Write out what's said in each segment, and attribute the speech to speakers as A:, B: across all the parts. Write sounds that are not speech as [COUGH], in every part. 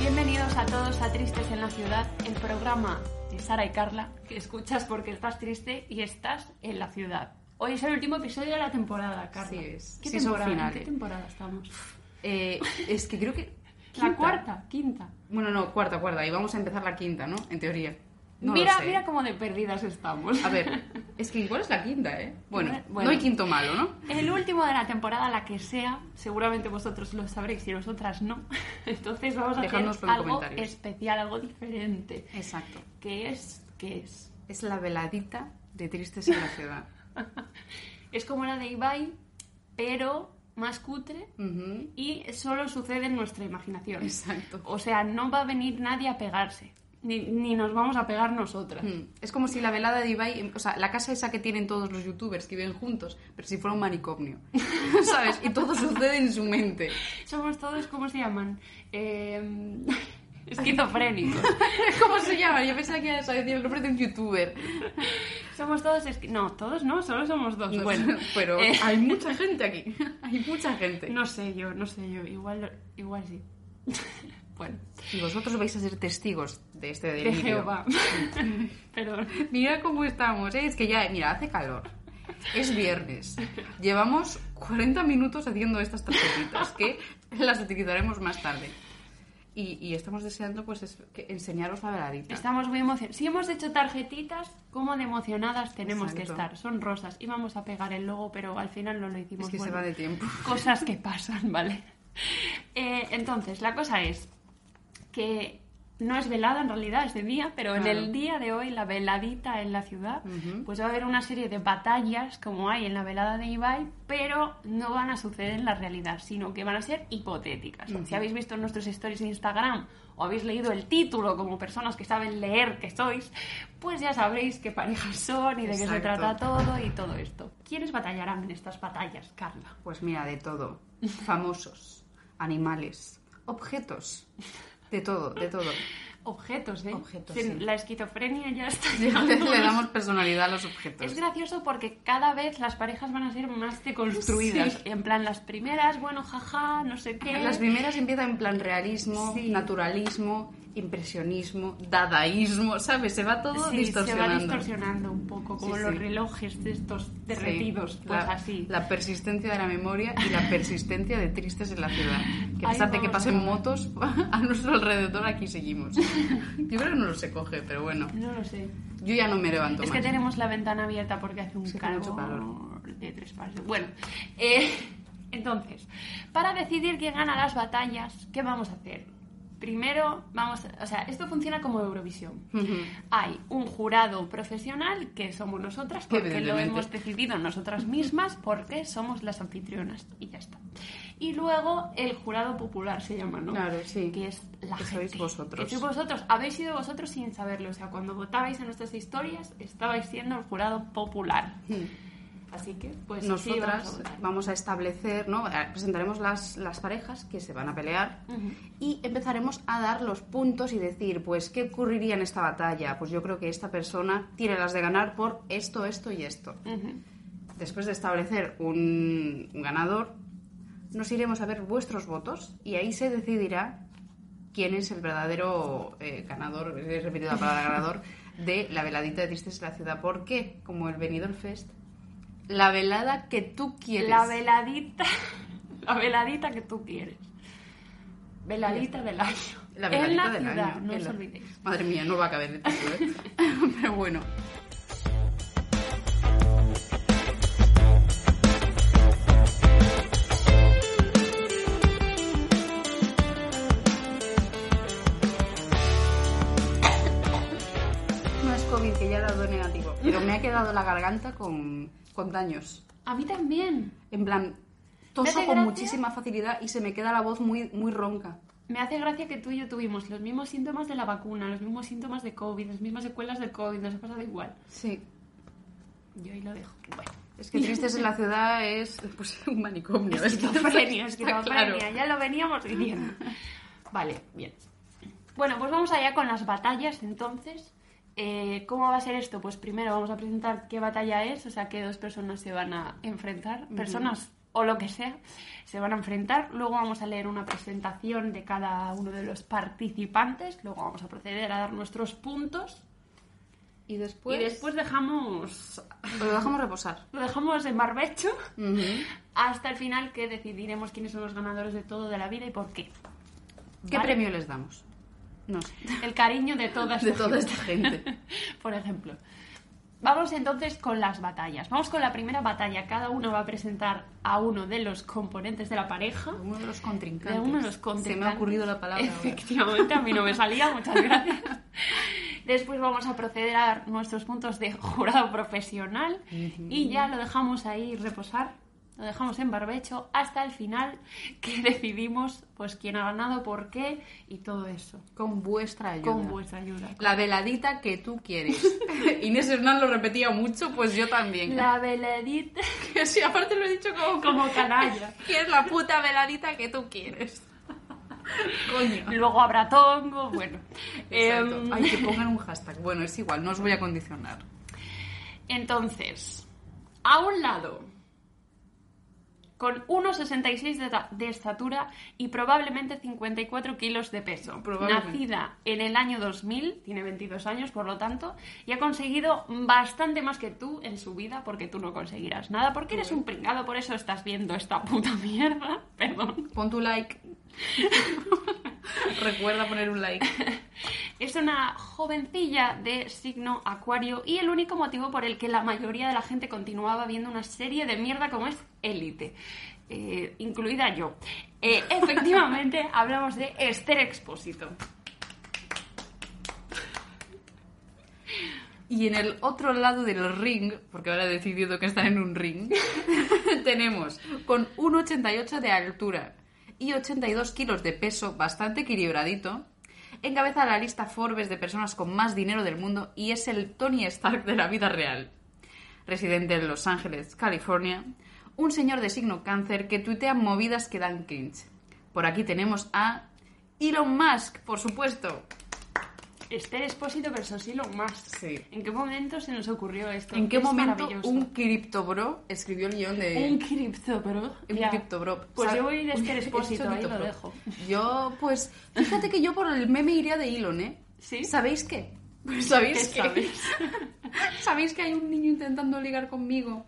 A: Bienvenidos a todos a Tristes en la Ciudad, el programa de Sara y Carla, que escuchas porque estás triste y estás en la ciudad. Hoy es el último episodio de la temporada, Carla.
B: Así es.
A: ¿Qué
B: Sí, son
A: temporada, ¿En
B: finales.
A: qué temporada estamos?
B: Eh, es que creo que.
A: La
B: quinta.
A: cuarta, quinta.
B: Bueno, no, cuarta, cuarta. Y vamos a empezar la quinta, ¿no? En teoría. No lo
A: mira,
B: sé.
A: mira cómo de perdidas estamos.
B: A ver, es que igual es la quinta, ¿eh? Bueno,
A: Bueno.
B: no hay quinto malo, ¿no?
A: [LAUGHS] El último de la temporada, la que sea, seguramente vosotros lo sabréis y nosotras no. [LAUGHS] Entonces vamos a
B: Dejadnos por
A: hacer
B: los
A: algo
B: comentarios.
A: especial, algo diferente.
B: Exacto.
A: ¿Qué es? ¿Qué es?
B: Es la veladita de Tristes en
A: [LAUGHS]
B: la Ciudad.
A: Es como la de Ibai, pero más cutre
B: Ujú.
A: y solo sucede en nuestra imaginación.
B: Exacto.
A: O sea, no va a venir nadie a pegarse, ni, ni nos vamos a pegar nosotras.
B: Mm. Es como si la velada de Ibai, o sea, la casa esa que tienen todos los youtubers que viven juntos, pero si fuera un manicomio, [LAUGHS] ¿sabes? Y todo sucede en su mente. [LAUGHS]
A: Somos todos, ¿cómo se llaman? Eh, [LAUGHS]
B: [LAUGHS]
A: esquizofrénicos.
B: ¿Cómo se llama? Yo pensaba que ibas a decir el nombre de un youtuber.
A: somos todos... esqui- No, todos no, solo somos dos. [LAUGHS] Bueno,
B: [LAUGHS] pero
A: eh,
B: hay mucha gente aquí. [LAUGHS] Hay mucha gente.
A: No sé yo, no sé yo. Igual, igual sí. [LAUGHS] bueno,
B: Y vosotros vais a ser testigos de este
A: de
B: delirio. [LAUGHS]
A: Jehová. Perdón.
B: Mira cómo estamos, ¿eh? es que ya, mira, hace calor. Es [LAUGHS] viernes. Llevamos 40 minutos haciendo estas tarjetitas que [LAUGHS] las utilizaremos más tarde. Y, y estamos deseando pues es- que enseñaros la veladita.
A: Estamos muy emocionados. Si hemos hecho tarjetitas, ¿cómo de emocionadas tenemos que
B: Exacto.
A: estar? Son rosas. Íbamos a pegar el logo, pero al final no lo hicimos.
B: Es que se
A: Bueno,
B: va de [LAUGHS] tiempo.
A: Cosas que pasan, ¿vale? Eh, entonces, la cosa es que no es velada en realidad, es de día, pero en
B: Claro.
A: el día de hoy, la veladita en la ciudad, pues va a haber una serie de batallas como hay en la velada de Ibai, pero no van a suceder en la realidad, sino que van a ser hipotéticas. Si habéis visto nuestros stories de Instagram o habéis leído el título como personas que saben leer que sois, pues ya sabréis qué parejas son y de qué se
B: Exacto.
A: trata todo y todo esto. ¿Quiénes batallarán en estas batallas, Carla?
B: Pues mira, de [LAUGHS] todo. Famosos, animales, objetos. De todo, de [LAUGHS] todo.
A: Objetos, ¿eh?
B: Objetos,
A: Sí,
B: sí.
A: La esquizofrenia ya está
B: Ya
A: llegando.
B: [LAUGHS] Le, le damos personalidad a los objetos.
A: Es gracioso porque cada vez las parejas van a ser más deconstruidas.
B: Sí.
A: En plan, las primeras, bueno, jaja, no sé qué.
B: Las primeras empiezan en plan realismo,
A: Sí.
B: naturalismo, impresionismo, dadaísmo, ¿sabes? Se va todo
A: Sí, se va
B: distorsionando.
A: distorsionando un poco, como
B: Sí,
A: los
B: sí.
A: relojes de estos
B: Sí.
A: derretidos, pues
B: la,
A: así.
B: La persistencia de la memoria y la persistencia de tristes en la ciudad. Que a
A: Ahí
B: pesar de que
A: vamos
B: pasen
A: a-
B: motos [LAUGHS] a nuestro alrededor, aquí seguimos. Yo creo que no los se coge, pero bueno.
A: No lo sé.
B: Yo ya no me levanto
A: Es que
B: más.
A: tenemos la ventana abierta porque hace un
B: Sí, hace
A: calor,
B: mucho
A: de tres pares. Bueno, eh, [LAUGHS] entonces, para decidir quién gana las batallas, ¿qué vamos a hacer? Primero, vamos, a- o sea, esto funciona como Eurovisión. Hay un jurado profesional que somos nosotras porque lo
B: Evidentemente.
A: hemos decidido nosotras mismas porque somos las anfitrionas y ya está. Y luego el jurado popular se llama, ¿no?
B: Claro, sí.
A: Que es la
B: Que
A: gente.
B: sois vosotros.
A: Que sois vosotros. Habéis sido vosotros sin saberlo. O sea, cuando votabais en nuestras historias, estabais siendo el jurado popular. Así que, pues sí,
B: Hmm. Nosotras
A: vamos a votar.
B: vamos, a establecer, ¿no? Eh, Presentaremos las, las parejas que se van a pelear y empezaremos a dar los puntos y decir, pues, ¿qué ocurriría en esta batalla? Pues yo creo que esta persona tiene las de ganar por esto, esto y esto. Después de establecer un, un ganador, nos iremos a ver vuestros votos y ahí se decidirá quién es el verdadero eh, ganador, he repetido la palabra ganador, de la veladita de Tristes en la Ciudad. Porque, como el Benidorm Fest, la velada que tú quieres.
A: La veladita, [LAUGHS] la veladita que tú quieres. Veladita del año.
B: La
A: en
B: veladita
A: la
B: del
A: ciudad,
B: año.
A: no
B: En
A: os
B: la-
A: olvidéis.
B: Madre mía, no va a caber de tanto,
A: [LAUGHS]
B: ¿eh? Pero bueno. COVID, que ya he dado negativo. Pero me ha quedado la garganta con, con daños.
A: A mí también.
B: En plan,
A: ¿Me
B: toso
A: hace
B: con
A: gracia?
B: muchísima facilidad y se me queda la voz muy, muy ronca.
A: Me hace gracia que tú y yo tuvimos los mismos síntomas de la vacuna, los mismos síntomas de COVID, las mismas secuelas del COVID, nos ha pasado igual.
B: Sí.
A: Yo ahí lo dejo. Bueno.
B: Es que Tristes en la ciudad es pues, [LAUGHS] un manicomio. Es que
A: Esquizofrenia,
B: está
A: esquizofrenia,
B: claro.
A: ya lo veníamos diciendo. [LAUGHS] Vale, bien. Bueno, pues vamos allá con las batallas entonces. Eh, ¿Cómo va a ser esto? Pues primero vamos a presentar qué batalla es, o sea, qué dos personas se van a enfrentar, personas o lo que sea, se van a enfrentar. Luego vamos a leer una presentación de cada uno de los participantes, luego vamos a proceder a dar nuestros puntos
B: Y después, pues,
A: y después dejamos,
B: lo dejamos reposar.
A: lo dejamos en barbecho
B: Ujú.
A: hasta el final que decidiremos quiénes son los ganadores de todo de la vida y por qué.
B: ¿Qué
A: Vale.
B: premio les damos? No sé.
A: El cariño de toda esta
B: De toda
A: gente.
B: esta gente.
A: [LAUGHS] por ejemplo. Vamos entonces con las batallas. Vamos con la primera batalla. Cada uno va a presentar a uno de los componentes de la pareja.
B: Uno de los contrincantes.
A: De uno de los
B: Se
A: contrincantes.
B: me ha ocurrido la palabra ahora.
A: Efectivamente, a mí no me salía,
B: [LAUGHS]
A: muchas gracias. Después vamos a proceder a dar nuestros puntos de jurado profesional y ya lo dejamos ahí reposar, lo dejamos en barbecho hasta el final que decidimos pues quién ha ganado, por qué y todo eso.
B: Con vuestra ayuda.
A: Con vuestra ayuda.
B: La veladita que tú [LAUGHS] quieres. Inés Hernán lo repetía mucho, pues yo también.
A: La veledita
B: [LAUGHS] Sí, aparte lo he dicho como...
A: como canalla.
B: Que es la puta veladita que tú quieres. Coño.
A: Luego habrá tongo, bueno.
B: Exacto.
A: Em,
B: Ay, que pongan un hashtag. Bueno, es igual, no os voy a condicionar.
A: Entonces, a un lado, con 1,66 de, ta- de estatura y probablemente 54 kilos de peso.
B: Probablemente.
A: Nacida en el año 2000, tiene 22 años, por lo tanto, y ha conseguido bastante más que tú en su vida, porque tú no conseguirás nada, porque eres un pringado, por eso estás viendo esta puta mierda. [LAUGHS] Perdón.
B: Pon tu like. [LAUGHS] Recuerda poner un like.
A: Es una jovencilla de signo acuario y el único motivo por el que la mayoría de la gente continuaba viendo una serie de mierda como es Élite, eh, incluida yo. Eh,
B: [LAUGHS]
A: efectivamente, hablamos de Esther Expósito.
B: Y en el otro lado del ring, porque ahora he decidido que está en un ring, [LAUGHS] tenemos con 1,88 de altura y 82 kilos de peso, bastante equilibradito, encabeza la lista Forbes de personas con más dinero del mundo y es el Tony Stark de la vida real. Residente en Los Ángeles, California, un señor de signo cáncer que tuitea movidas que dan cringe. Por aquí tenemos a Elon Musk, por supuesto.
A: Esther Expósito versus Elon Musk.
B: Sí.
A: ¿En qué momento se nos ocurrió esto?
B: ¿En qué
A: Es
B: momento
A: maravilloso.
B: un criptobro escribió el guión de...
A: Un cripto, pero...
B: un
A: ya.
B: criptobro?
A: Pues
B: ¿Sabe?
A: yo voy de Esther
B: [LAUGHS] Un este
A: Expósito, ahí lo
B: criptobro.
A: dejo.
B: Yo, pues, fíjate que yo por el meme iría de Elon, ¿eh?
A: ¿Sí?
B: ¿Sabéis qué? Pues ¿Sabéis
A: ¿Qué
B: qué?
A: sabéis?
B: [LAUGHS] ¿Sabéis que hay un niño intentando ligar conmigo?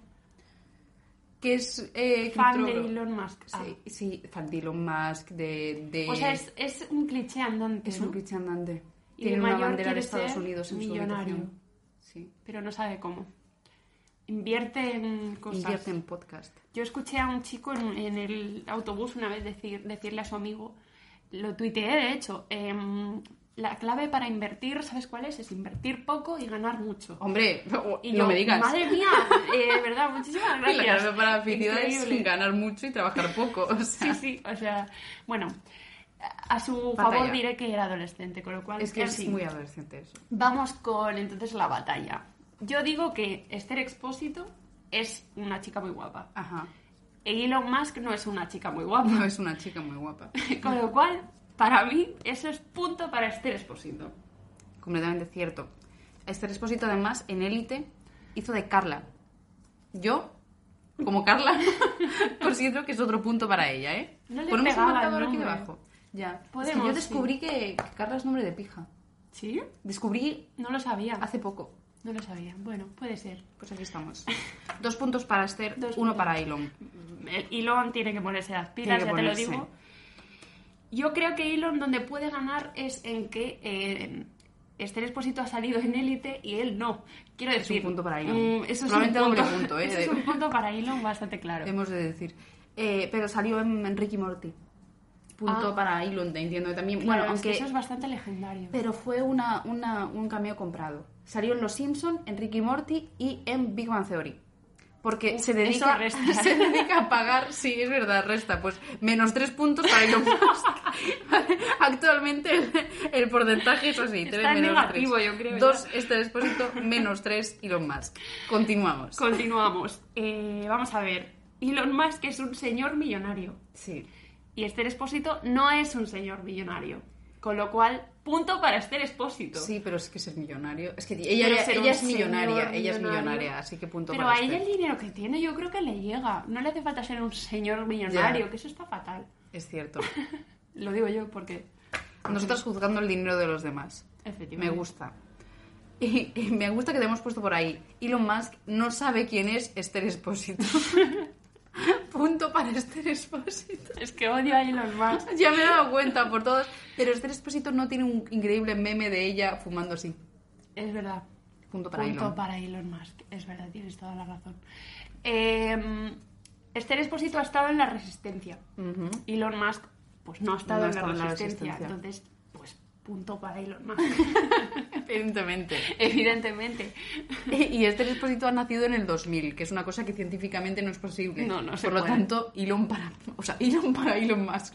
B: Que es eh,
A: Fan de
B: criptobro.
A: Elon Musk. Ah.
B: Sí, sí, fan de Elon Musk, de... de-
A: O sea, es, es un cliché andante,
B: es
A: ¿no?
B: un cliché andante.
A: Y de
B: Tiene una
A: mayor
B: bandera de
A: quiere
B: Estados
A: ser
B: Unidos en
A: millonario.
B: su habitación. Sí.
A: pero no sabe cómo. Invierte en cosas.
B: Invierte en podcast.
A: Yo escuché a un chico en, en el autobús una vez decir, decirle a su amigo, lo tuiteé de hecho, em, la clave para invertir, ¿sabes cuál es? Es invertir poco y ganar mucho.
B: Hombre, no,
A: Y
B: Oh, no
A: yo,
B: me digas.
A: Madre mía, eh, de verdad, muchísimas
B: Y [LAUGHS] La
A: gracias.
B: clave para la felicidad es
A: Increíble.
B: ganar mucho y trabajar poco. O
A: Sí,
B: sea,
A: sí, o sea, bueno, a su
B: Batalla.
A: favor diré que era adolescente, con lo cual
B: Es que
A: en
B: es
A: fin.
B: muy adolescente eso.
A: Vamos con entonces la batalla. Yo digo que Esther Expósito es una chica muy guapa.
B: Ajá.
A: E Elon Musk no es una chica muy guapa.
B: [LAUGHS]
A: [LAUGHS]
B: No es una chica muy guapa.
A: Con lo cual, para mí, eso es punto para Esther Expósito.
B: Completamente cierto. Este expósito, además, en Élite, hizo de Carla. Yo, como Carla, [LAUGHS] considero que es otro punto para ella, ¿eh?
A: No le
B: Ponemos un
A: pegaba el
B: marcador aquí
A: nombre.
B: debajo. Ya. Es que
A: Podemos,
B: yo descubrí que que Carla es nombre de pija.
A: ¿Sí?
B: Descubrí
A: No lo sabía.
B: hace poco.
A: No lo sabía. Bueno, puede ser.
B: Pues
A: [LAUGHS]
B: aquí estamos. Dos puntos para Esther,
A: Dos
B: uno
A: puntos.
B: para Elon.
A: El- Elon tiene que ponerse las pilas, ya
B: Tiene que
A: te lo
B: ponerse.
A: digo. Yo creo que Elon donde puede ganar es en que eh, Esther Esposito ha salido en élite y él no. Quiero
B: un
A: decir.
B: punto para Elon.
A: mm, eso es un
B: Probablemente
A: punto,
B: doble punto, ¿eh?
A: [LAUGHS] eso es un punto para Elon bastante claro.
B: Hemos de decir. Eh, pero salió en, en Ricky Morty. punto
A: Ah.
B: para Ilunde, entiendo que también.
A: Claro,
B: bueno,
A: es que
B: aunque.
A: eso es bastante legendario.
B: Pero fue una, una- un cameo comprado. Salió en Los Simpson, en Ricky Morty y en Big Bang Theory. Porque
A: Uf, eso
B: se, dedica, [LAUGHS]
A: resta.
B: se dedica a pagar, sí, es verdad, resta, pues menos tres puntos para Elon Musk. [LAUGHS] Actualmente el, el porcentaje es así,
A: Está
B: tres
A: en
B: menos
A: negativo,
B: tres.
A: yo creo,
B: Dos, este expósito, menos tres, Elon Musk. Continuamos.
A: Continuamos. Eh, vamos a ver. Elon Musk es un señor millonario.
B: Sí.
A: Y Esther Espósito no es un señor millonario. Con lo cual, punto para Esther Espósito.
B: Sí, pero es que ser millonario. Es que ella,
A: Pero
B: ella,
A: ser un
B: es millonaria,
A: señor
B: ella es
A: millonario.
B: millonaria, así que punto
A: Pero
B: para este.
A: a ella
B: Esther.
A: el dinero que tiene yo creo que le llega. No le hace falta ser un señor millonario,
B: Ya.
A: que eso está fatal.
B: Es cierto.
A: Lo digo yo porque...
B: Nosotras juzgando el dinero de los demás. Me
A: Efectivamente.
B: gusta. [LAUGHS] Y, y me gusta que te hemos puesto por ahí. Elon Musk no sabe quién es
A: [LAUGHS]
B: Esther Espósito. Punto para Esther Espósito.
A: Es que odio a Elon Musk.
B: Ya me he dado cuenta por todos. Pero Esther Espósito no tiene un increíble meme de ella fumando así.
A: Es verdad.
B: Punto para
A: Punto
B: Elon.
A: para Elon Musk. Es verdad, tienes toda la razón. Eh, Esther Espósito ha estado en la resistencia.
B: Ujú.
A: Elon Musk, pues no ha estado
B: No ha
A: en,
B: estado
A: la resistencia. Entonces, pues punto para Elon Musk. [LAUGHS]
B: Evidentemente.
A: Evidentemente.
B: [LAUGHS] Y Esther Espósito ha nacido en el 2000, que es una cosa que científicamente no es posible.
A: No, no se
B: Por lo
A: puede.
B: tanto, Elon para, o sea, Elon para Elon Musk.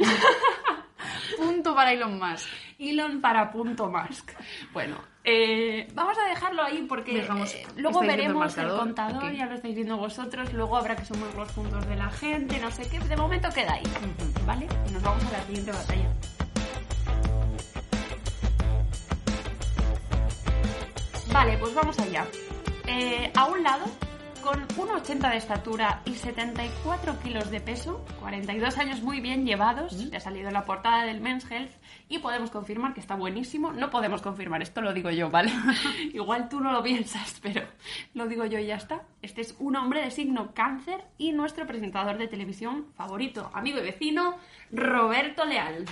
B: [LAUGHS] Punto para Elon Musk.
A: Elon para punto Musk. Bueno, eh, vamos a dejarlo ahí porque
B: Dejamos-
A: eh, luego
B: ¿estáis viendo el
A: veremos el,
B: marcador?
A: contador,
B: Ok.
A: ya lo estáis viendo vosotros, luego habrá que sumar los puntos de la gente, no sé qué, de momento queda ahí, ¿vale? Y nos vamos a la siguiente batalla. Vale, pues vamos allá. Eh, a un lado, con 1,80 de estatura y 74 kilos de peso, 42 años muy bien llevados, ya ha salido en la portada del Men's Health y podemos confirmar que está buenísimo. No podemos confirmar, esto lo digo yo, ¿vale? Igual tú no lo piensas, pero lo digo yo y ya está. Este es un hombre de signo cáncer y nuestro presentador de televisión favorito, amigo y vecino, Roberto Leal.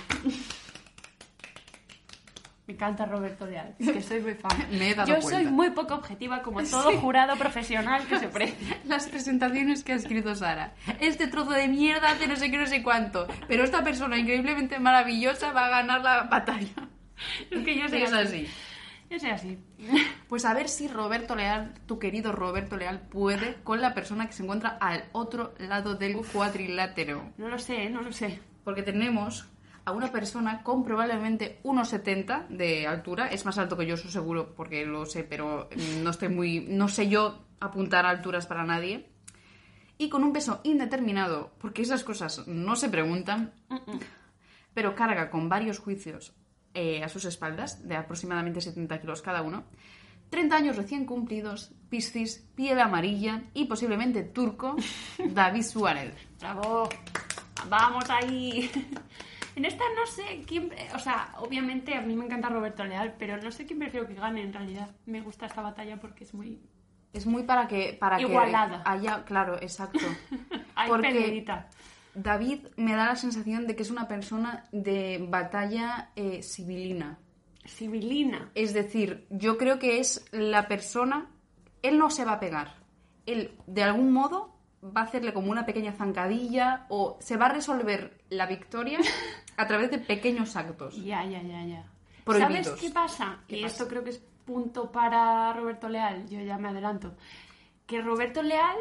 A: Me encanta Roberto Leal, es que soy muy fan.
B: [LAUGHS] Me he dado
A: Yo soy
B: cuenta.
A: muy poco objetiva, como todo jurado profesional que se
B: [LAUGHS]
A: precie.
B: Las presentaciones que ha escrito Sara. Este trozo de mierda de no sé qué, no sé cuánto. Pero esta persona increíblemente maravillosa va a ganar la batalla. [LAUGHS]
A: Es que yo soy
B: Es así.
A: Yo soy así.
B: Pues a ver si Roberto Leal, tu querido Roberto Leal, puede con la persona que se encuentra al otro lado del cuadrilátero.
A: No lo sé, no lo sé.
B: Porque tenemos a una persona con probablemente 1,70 de altura. Es más alto que yo, eso seguro, porque lo sé, pero mm, no estoy muy. No sé yo apuntar alturas para nadie. Y con un peso indeterminado, porque esas cosas no se preguntan, pero carga con varios juicios eh, a sus espaldas, de aproximadamente 70 kilos cada uno. 30 años recién cumplidos, piscis, piel amarilla y posiblemente turco, David Suárez.
A: Bravo. Vamos ahí. [LAUGHS] En esta no sé quién. O sea, obviamente a mí me encanta Roberto Leal, pero no sé quién prefiero que gane en realidad. Me gusta esta batalla porque es muy.
B: Es muy para que para
A: Igualada.
B: que haya, claro, exacto.
A: [LAUGHS] Hay
B: Porque-
A: peleita.
B: David me da la sensación de que es una persona de batalla eh, civilina.
A: Sibilina.
B: Es decir, yo creo que es la persona, él no se va a pegar. Él, de algún modo, va a hacerle como una pequeña zancadilla o se va a resolver la victoria
A: [LAUGHS]
B: a través de pequeños actos.
A: Ya, ya, ya, ya.
B: Prohibidos.
A: ¿Sabes qué pasa?
B: ¿Qué
A: y
B: pasa?
A: esto creo que es punto para Roberto Leal, yo ya me adelanto. Que Roberto Leal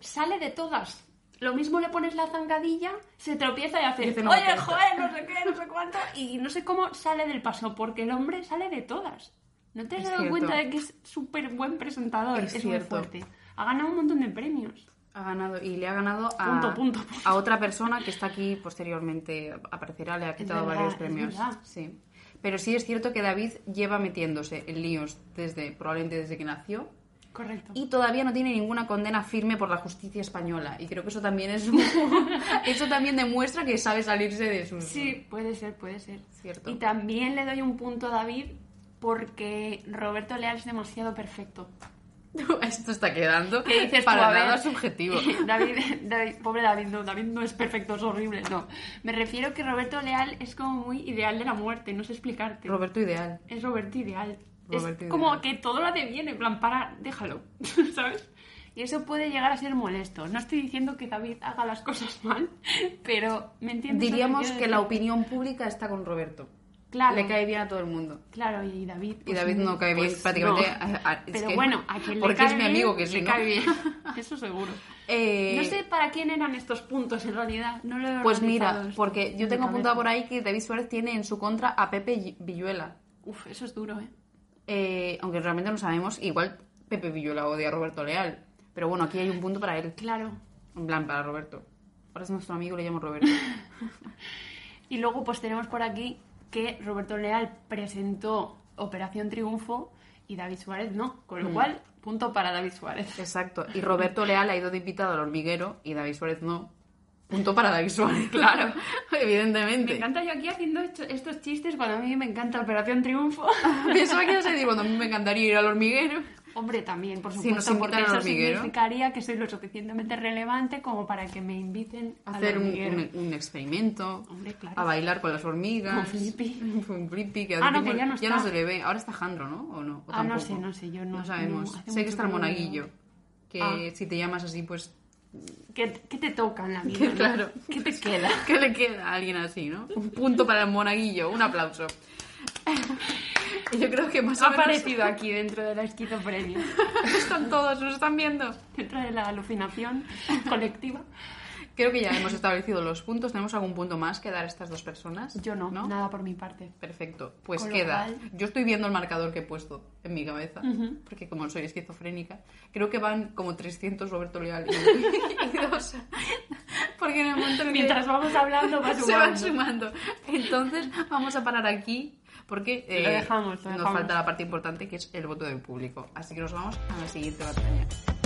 A: sale de todas. Lo mismo le pones la zancadilla, se tropieza y hace,
B: Y
A: oye,
B: dice, "No me
A: joder,
B: acuerdo".
A: no sé qué, no sé cuánto, y no sé cómo sale del paso, porque el hombre sale de todas. ¿No te has
B: Es
A: dado
B: cierto.
A: cuenta de que es súper buen presentador?
B: Es
A: Es,
B: cierto.
A: muy fuerte. Ha ganado un montón de premios.
B: Ha ganado y le ha ganado a,
A: Punto, punto, punto.
B: a otra persona que está aquí posteriormente aparecerá, le ha quitado
A: verdad,
B: varios
A: es
B: premios.
A: verdad.
B: Sí. Pero sí es cierto que David lleva metiéndose en líos desde probablemente desde que nació
A: Correcto.
B: y todavía no tiene ninguna condena firme por la justicia española y creo que eso también es un-
A: [LAUGHS]
B: eso también demuestra que sabe salirse de sus
A: Sí, puede ser, puede ser.
B: Cierto.
A: Y también le doy un punto a David porque Roberto Leal es demasiado perfecto.
B: [LAUGHS] esto está quedando
A: ¿Qué dices tú?
B: para
A: A ver.
B: nada subjetivo
A: [LAUGHS] David, David- pobre David, no, David no es perfecto, es horrible, no. Me refiero que Roberto Leal es como muy ideal de la muerte, no sé explicarte.
B: Roberto ideal
A: es Roberto ideal.
B: Roberto
A: es
B: ideal.
A: como que todo lo hace bien, en plan, para, déjalo, [LAUGHS] ¿sabes? Y eso puede llegar a ser molesto. No estoy diciendo que David haga las cosas mal, pero ¿me entiendes?
B: Diríamos
A: lo
B: que la opinión pública está con Roberto.
A: Claro.
B: Le cae bien a todo el mundo.
A: Claro, y David.
B: Y David no cae bien
A: pues
B: prácticamente.
A: no.
B: a- a- es
A: Pero
B: que-
A: bueno, a quien le
B: porque
A: cae
B: es mi
A: bien,
B: amigo que sí,
A: le
B: ¿no?
A: cae
B: [LAUGHS]
A: bien. Eso seguro.
B: Eh,
A: No sé para quién eran estos puntos en realidad. No lo he
B: Pues
A: organizado
B: mira,
A: esto
B: porque
A: de
B: yo tengo apuntado por
A: cabeza.
B: ahí que David Suárez tiene en su contra a Pepe Gi- Villuela.
A: Uf, eso es duro, ¿eh?
B: Eh, aunque realmente no sabemos, igual Pepe Villuela odia a Roberto Leal. Pero bueno, aquí hay un punto para él.
A: Claro.
B: En plan, para Roberto. Ahora es nuestro amigo, le
A: [LAUGHS]
B: llamo Roberto.
A: Y luego pues tenemos por aquí que Roberto Leal presentó Operación Triunfo y David Suárez no, con lo
B: Mm.
A: cual punto para David Suárez.
B: Exacto. Y Roberto Leal ha ido de invitado al hormiguero y David Suárez no. Punto para David Suárez, [LAUGHS] claro. Evidentemente.
A: Me encanta yo aquí haciendo esto- estos chistes cuando a mí me encanta Operación
B: [LAUGHS]
A: Triunfo. [LAUGHS]
B: Pensaba que ibas a decir cuando a mí me encantaría ir al hormiguero.
A: Hombre, también, por
B: Si
A: supuesto,
B: nos invitan
A: porque
B: al
A: eso
B: hormiguero.
A: significaría que soy lo suficientemente relevante como para que me inviten
B: A
A: al
B: hacer un,
A: hormiguero.
B: un- un experimento.
A: Hombre, claro.
B: A bailar con las hormigas.
A: Con
B: [LAUGHS]
A: Flippy.
B: Con Flippy, que
A: Ah, no,
B: hace tiempo
A: que ya no está.
B: se le ve. Ahora está Jandro, ¿no? ¿O no? ¿O
A: Ah, no
B: tampoco?
A: sé, no sé, yo no-
B: No sabemos.
A: no, hace
B: sé que
A: mucho
B: está el
A: que no lo veo.
B: monaguillo. Que
A: Ah.
B: si te llamas así, pues. [LAUGHS]
A: ¿Qué, qué te toca en la vida?
B: Que
A: no?
B: claro.
A: ¿Qué te
B: [LAUGHS]
A: queda?
B: ¿Qué le queda a alguien así, no? Un punto para el monaguillo,
A: [LAUGHS]
B: un aplauso. Yo creo que más o
A: Ha
B: menos-
A: aparecido aquí dentro de la esquizofrenia,
B: [LAUGHS] Están todos, nos están viendo.
A: [LAUGHS] dentro de la alucinación colectiva.
B: Creo que ya hemos establecido los puntos. ¿Tenemos algún punto más que dar a estas dos personas?
A: Yo no, nada por mi parte.
B: Perfecto, pues
A: Con lo
B: queda.
A: cual-
B: Yo estoy viendo el marcador que he puesto en mi cabeza, porque como soy esquizofrénica, creo que van como 300 Roberto Leal
A: [LAUGHS]
B: y, y dos. Porque en el momento en el que
A: Mientras vamos hablando, va
B: [LAUGHS] se van
A: sumando.
B: sumando. Entonces vamos a parar aquí, porque eh,
A: Lo dejamos, lo
B: nos
A: dejamos.
B: falta la parte importante que es el voto del público. Así que nos vamos a la siguiente batalla. [LAUGHS]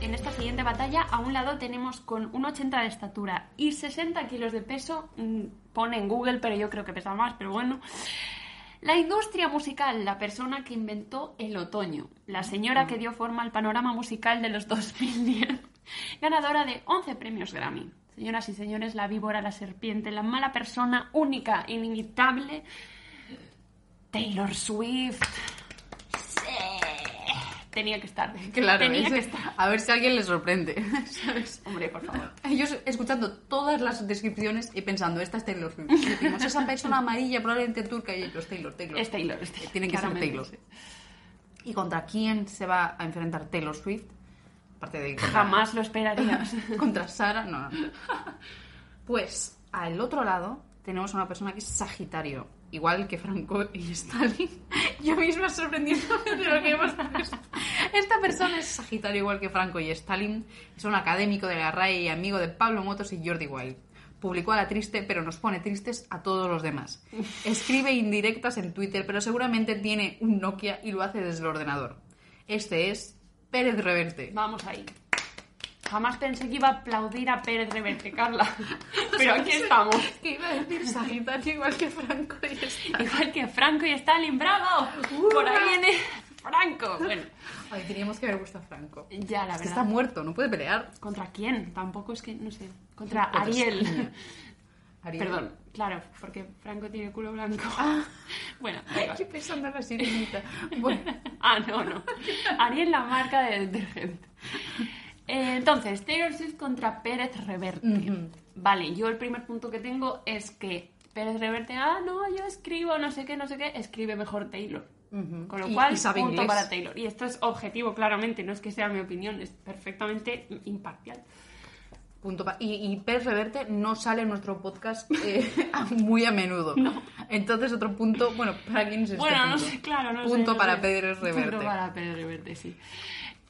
A: En esta siguiente batalla, a un lado tenemos con un 80 de estatura y 60 kilos de peso, mm, pone en Google, pero yo creo que pesa más, pero bueno. La industria musical, la persona que inventó el otoño, la señora que dio forma al panorama musical de los [LAUGHS] 2010, ganadora de 11 premios Grammy. Señoras y señores, la víbora, la serpiente, la mala persona, única, inimitable, Taylor Swift. Sí. Tenía que estar.
B: Claro,
A: Tenía
B: es-
A: que estar.
B: a ver si a alguien le sorprende, [LAUGHS] ¿sabes?
A: Hombre, por favor.
B: Yo escuchando todas las descripciones y pensando, esta es Taylor Swift. Y decimos, esa persona amarilla, probablemente turca, y ellos, Taylor,
A: [LAUGHS]
B: Taylor.
A: Es Taylor, es Taylor,
B: Tiene que ser
A: claramente,
B: Taylor.
A: sí.
B: ¿Y contra quién se va a enfrentar Taylor Swift? Aparte de contra,
A: Jamás lo
B: [LAUGHS]
A: esperarías.
B: contra Sara, no, no. Pues, al otro lado, tenemos a una persona que es Sagitario. Igual que Franco y Stalin. [LAUGHS] Yo misma sorprendiéndome de lo que hemos visto. Esta persona es Sagitario igual que Franco y Stalin. Es un académico de la RAE y amigo de Pablo Motos y Jordi Wild. Publicó a la triste, pero nos pone tristes a todos los demás. Escribe indirectas en Twitter, pero seguramente tiene un Nokia y lo hace desde el ordenador. Este es Pérez Reverte.
A: Vamos ahí. Jamás pensé que iba a aplaudir a Pérez Reverte,
B: [LAUGHS]
A: Carla. Pero aquí estamos. [LAUGHS]
B: Que iba a decir Sagitario igual que Franco y Stalin.
A: Igual que Franco y Stalin, bravo. Por ahí viene Franco. Bueno,
B: Ay, teníamos que haber puesto a Franco.
A: ya la
B: Es que está
A: verdad.
B: muerto, no puede pelear.
A: ¿Contra quién? Tampoco es que, no sé. Contra
B: Contra
A: Ariel.
B: España.
A: [LAUGHS]
B: Ariel.
A: Perdón, claro, porque Franco tiene culo blanco.
B: Ah.
A: [LAUGHS] Bueno, da igual.
B: Estoy pensando en la sirenita. Bueno,
A: [LAUGHS] Ah, no, no. Ariel la marca de detergente. Eh, Entonces, Taylor Swift contra Pérez Reverte. Vale, yo el primer punto que tengo es que Pérez Reverte, ah, no, yo escribo, no sé qué, no sé qué, escribe mejor Taylor. Con lo
B: Y-
A: cual,
B: y sabe
A: punto
B: inglés.
A: para Taylor. Y esto es objetivo, claramente, no es que sea mi opinión, es perfectamente imparcial.
B: punto pa- y, y Pérez Reverte no sale en nuestro podcast eh, [LAUGHS] muy a menudo. Entonces, otro punto. Bueno, ¿para quién es este
A: Bueno, no
B: punto?
A: sé, claro, no sé,
B: Punto
A: no
B: para
A: sé.
B: Pérez Reverte.
A: Punto para Pedro Reverte, sí.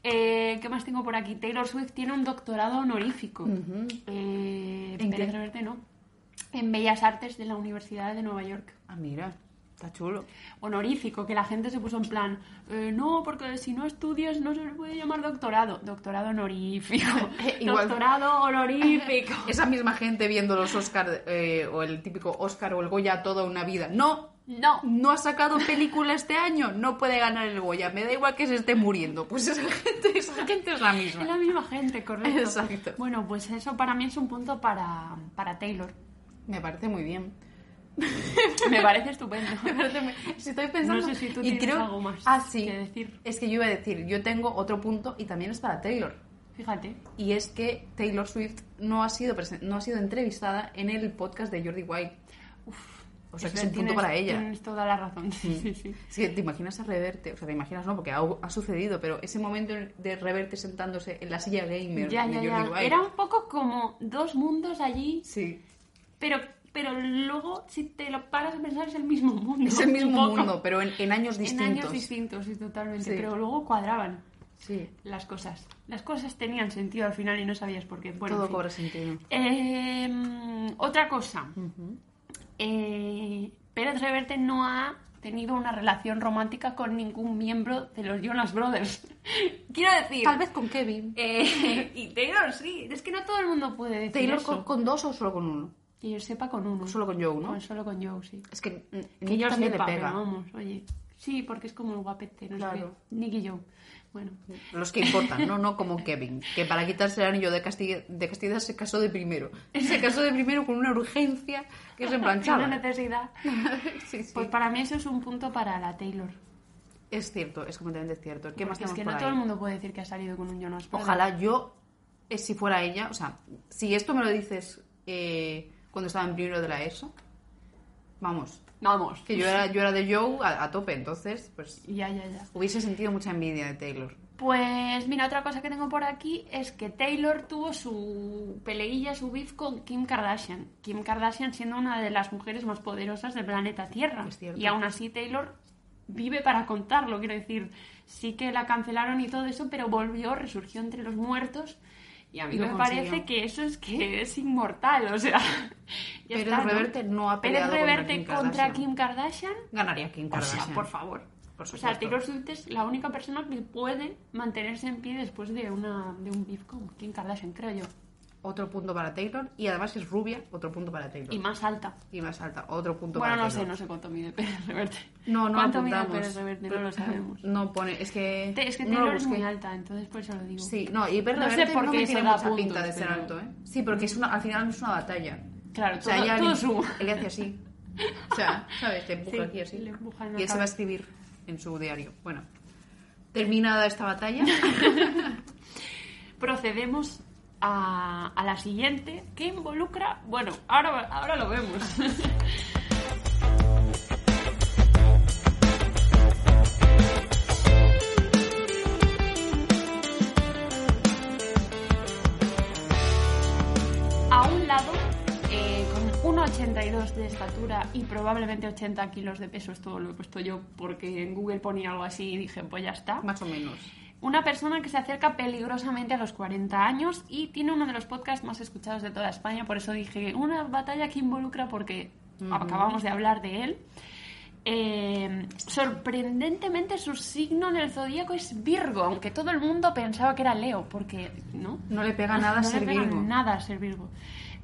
A: Eh, ¿Qué más tengo por aquí? Taylor Swift tiene un doctorado honorífico. Eh,
B: ¿En
A: Pérez
B: qué?
A: Reverte no. En Bellas Artes de la Universidad de Nueva York.
B: Ah, mira, está chulo.
A: Honorífico, que la gente se puso en plan, eh, no, porque si no estudias no se le puede llamar doctorado. Doctorado honorífico.
B: [LAUGHS] Eh, igual.
A: doctorado
B: [LAUGHS]
A: honorífico.
B: Esa misma gente viendo los Oscar eh, o el típico Oscar o el Goya toda una vida. No,
A: No.
B: No ha sacado película este año, no puede ganar el Goya. Me da igual que se esté muriendo. Pues esa gente, esa gente es la misma.
A: Es la misma gente, correcto.
B: Exacto.
A: Bueno, pues eso para mí es un punto para, para Taylor.
B: Me parece muy bien.
A: [LAUGHS] Me parece estupendo.
B: Me parece muy- Si estoy pensando.
A: No sé si tú
B: y
A: tienes
B: creo...
A: algo más
B: ah, sí.
A: que decir.
B: Es que yo iba a decir, yo tengo otro punto y también es para Taylor.
A: Fíjate.
B: Y es que Taylor Swift no ha sido, presen- no ha sido entrevistada en el podcast de Jordi White. o sea que es
A: Eso,
B: un punto
A: tienes-
B: para ella. Mm.
A: Tienes toda la razón. Sí, sí, sí.
B: Es que te imaginas a Reverte, o sea, te imaginas no, porque ha, ha sucedido, pero ese momento de Reverte sentándose en la silla gamer
A: Ya,
B: de
A: ya,
B: Jordi
A: ya.
B: White.
A: Era un poco como dos mundos allí,
B: Sí,
A: pero, pero luego, si te lo paras a pensar, es el mismo mundo.
B: [LAUGHS] es el mismo
A: un poco.
B: mundo, pero en, en años distintos.
A: En años distintos, sí, totalmente.
B: Sí.
A: Pero luego cuadraban
B: Sí,
A: las cosas. Las cosas tenían sentido al final y no sabías por qué. Bueno,
B: todo
A: en fin.
B: cobra sentido.
A: Eh, otra cosa. Eh, Pérez Reverte no ha tenido una relación romántica con ningún miembro de los Jonas Brothers. [LAUGHS] Quiero decir.
B: Tal vez con Kevin.
A: eh, y Taylor sí. Es que no todo el mundo puede decir
B: Taylor
A: eso.
B: con, con dos o solo con uno.
A: Que yo sepa con uno.
B: Solo con Joe, ¿no?
A: Con- solo con Joe, sí.
B: Es que, mm,
A: Pues, Que yo
B: también
A: sepa,
B: le
A: pero
B: pega.
A: vamos, oye. Sí, porque es como el guapete, no sé
B: Claro.
A: qué. Nick y Joe. Bueno.
B: Los que importan, no, no como Kevin, que para quitarse el anillo de castidad, de castidad se casó de primero. Se casó de primero con una urgencia que
A: [LAUGHS]
B: se
A: Una
B: planchaba.
A: necesidad. [LAUGHS]
B: Sí, sí.
A: Pues para mí eso es un punto para la Taylor.
B: Es cierto, es completamente cierto. ¿Qué más
A: Porque es
B: tenemos
A: que
B: por
A: no
B: ahí?
A: todo el mundo puede decir que ha salido con un Jonas Brothers.
B: Ojalá yo, eh, si fuera ella, o sea, si esto me lo dices eh, cuando estaba en primero de la ESO, vamos,
A: Vamos.
B: que yo era, yo era de Joe a, a tope, entonces, pues
A: Ya, ya, ya.
B: hubiese sentido mucha envidia de Taylor.
A: Pues mira, otra cosa que tengo por aquí es que Taylor tuvo su peleilla, su beef con Kim Kardashian. Kim Kardashian siendo una de las mujeres más poderosas del planeta Tierra.
B: Es cierto.
A: Y aún así Taylor vive para contarlo, quiero decir. Sí que la cancelaron y todo eso, pero volvió, resurgió entre los muertos. Y a mí
B: Y lo
A: me
B: consiguió.
A: parece que eso es que es inmortal, o sea... [LAUGHS] ya
B: Pérez
A: está, ¿no?
B: Reverte no ha
A: Pérez
B: peleado contra
A: Reverte
B: Kim
A: contra
B: Kardashian.
A: Kim Kardashian
B: Ganaría Kim
A: o sea,
B: Kardashian.
A: por favor.
B: Por
A: o sea,
B: supuesto.
A: Taylor Swift es la única persona que puede mantenerse en pie después de, una, de un beef con Kim Kardashian, creo yo.
B: Otro punto para Taylor. Y además es rubia, otro punto para Taylor.
A: Y más alta.
B: Y más alta, otro punto
A: Bueno,
B: para
A: no sé,
B: Taylor.
A: no sé cuánto mide Pérez Reverte.
B: No, no
A: ¿Cuánto
B: apuntamos.
A: mide Pérez Reverte? No
B: Pero-
A: lo
B: [LAUGHS]
A: sabemos.
B: No pone, es que.
A: Te- Es que
B: no lo
A: Taylor es
B: busqué.
A: muy alta, entonces por eso lo digo.
B: Sí, no, y Pérez
A: No sé
B: Reverte
A: por
B: no
A: qué
B: me
A: se
B: tiene
A: da
B: mucha
A: puntos,
B: pinta de ser
A: pero-
B: alto, ¿eh? Sí, porque es una, al final es una batalla.
A: Claro,
B: O sea,
A: todo,
B: ella
A: todo
B: le-
A: suma.
B: Él le hace así. O sea, ¿sabes? Te empuja
A: Sí,
B: aquí así.
A: le empuja en la
B: y él se va a
A: cabeza.
B: escribir en su diario. Bueno, terminada
A: [LAUGHS]
B: esta batalla.
A: Procedemos a, a la siguiente, que involucra... Bueno, ahora, ahora lo vemos. [LAUGHS] a un lado, eh, con 1,82 de estatura y probablemente 80 kilos de peso, esto lo he puesto yo porque en Google ponía algo así y dije, pues ya está.
B: más o menos.
A: Una persona que se acerca peligrosamente a los 40 años y tiene uno de los podcasts más escuchados de toda España, por eso dije, una batalla que involucra porque acabamos de hablar de él. Eh, sorprendentemente su signo del zodíaco es Virgo, aunque todo el mundo pensaba que era Leo, porque no,
B: No le pega nada
A: no
B: ser
A: le pega
B: Virgo.
A: nada ser Virgo.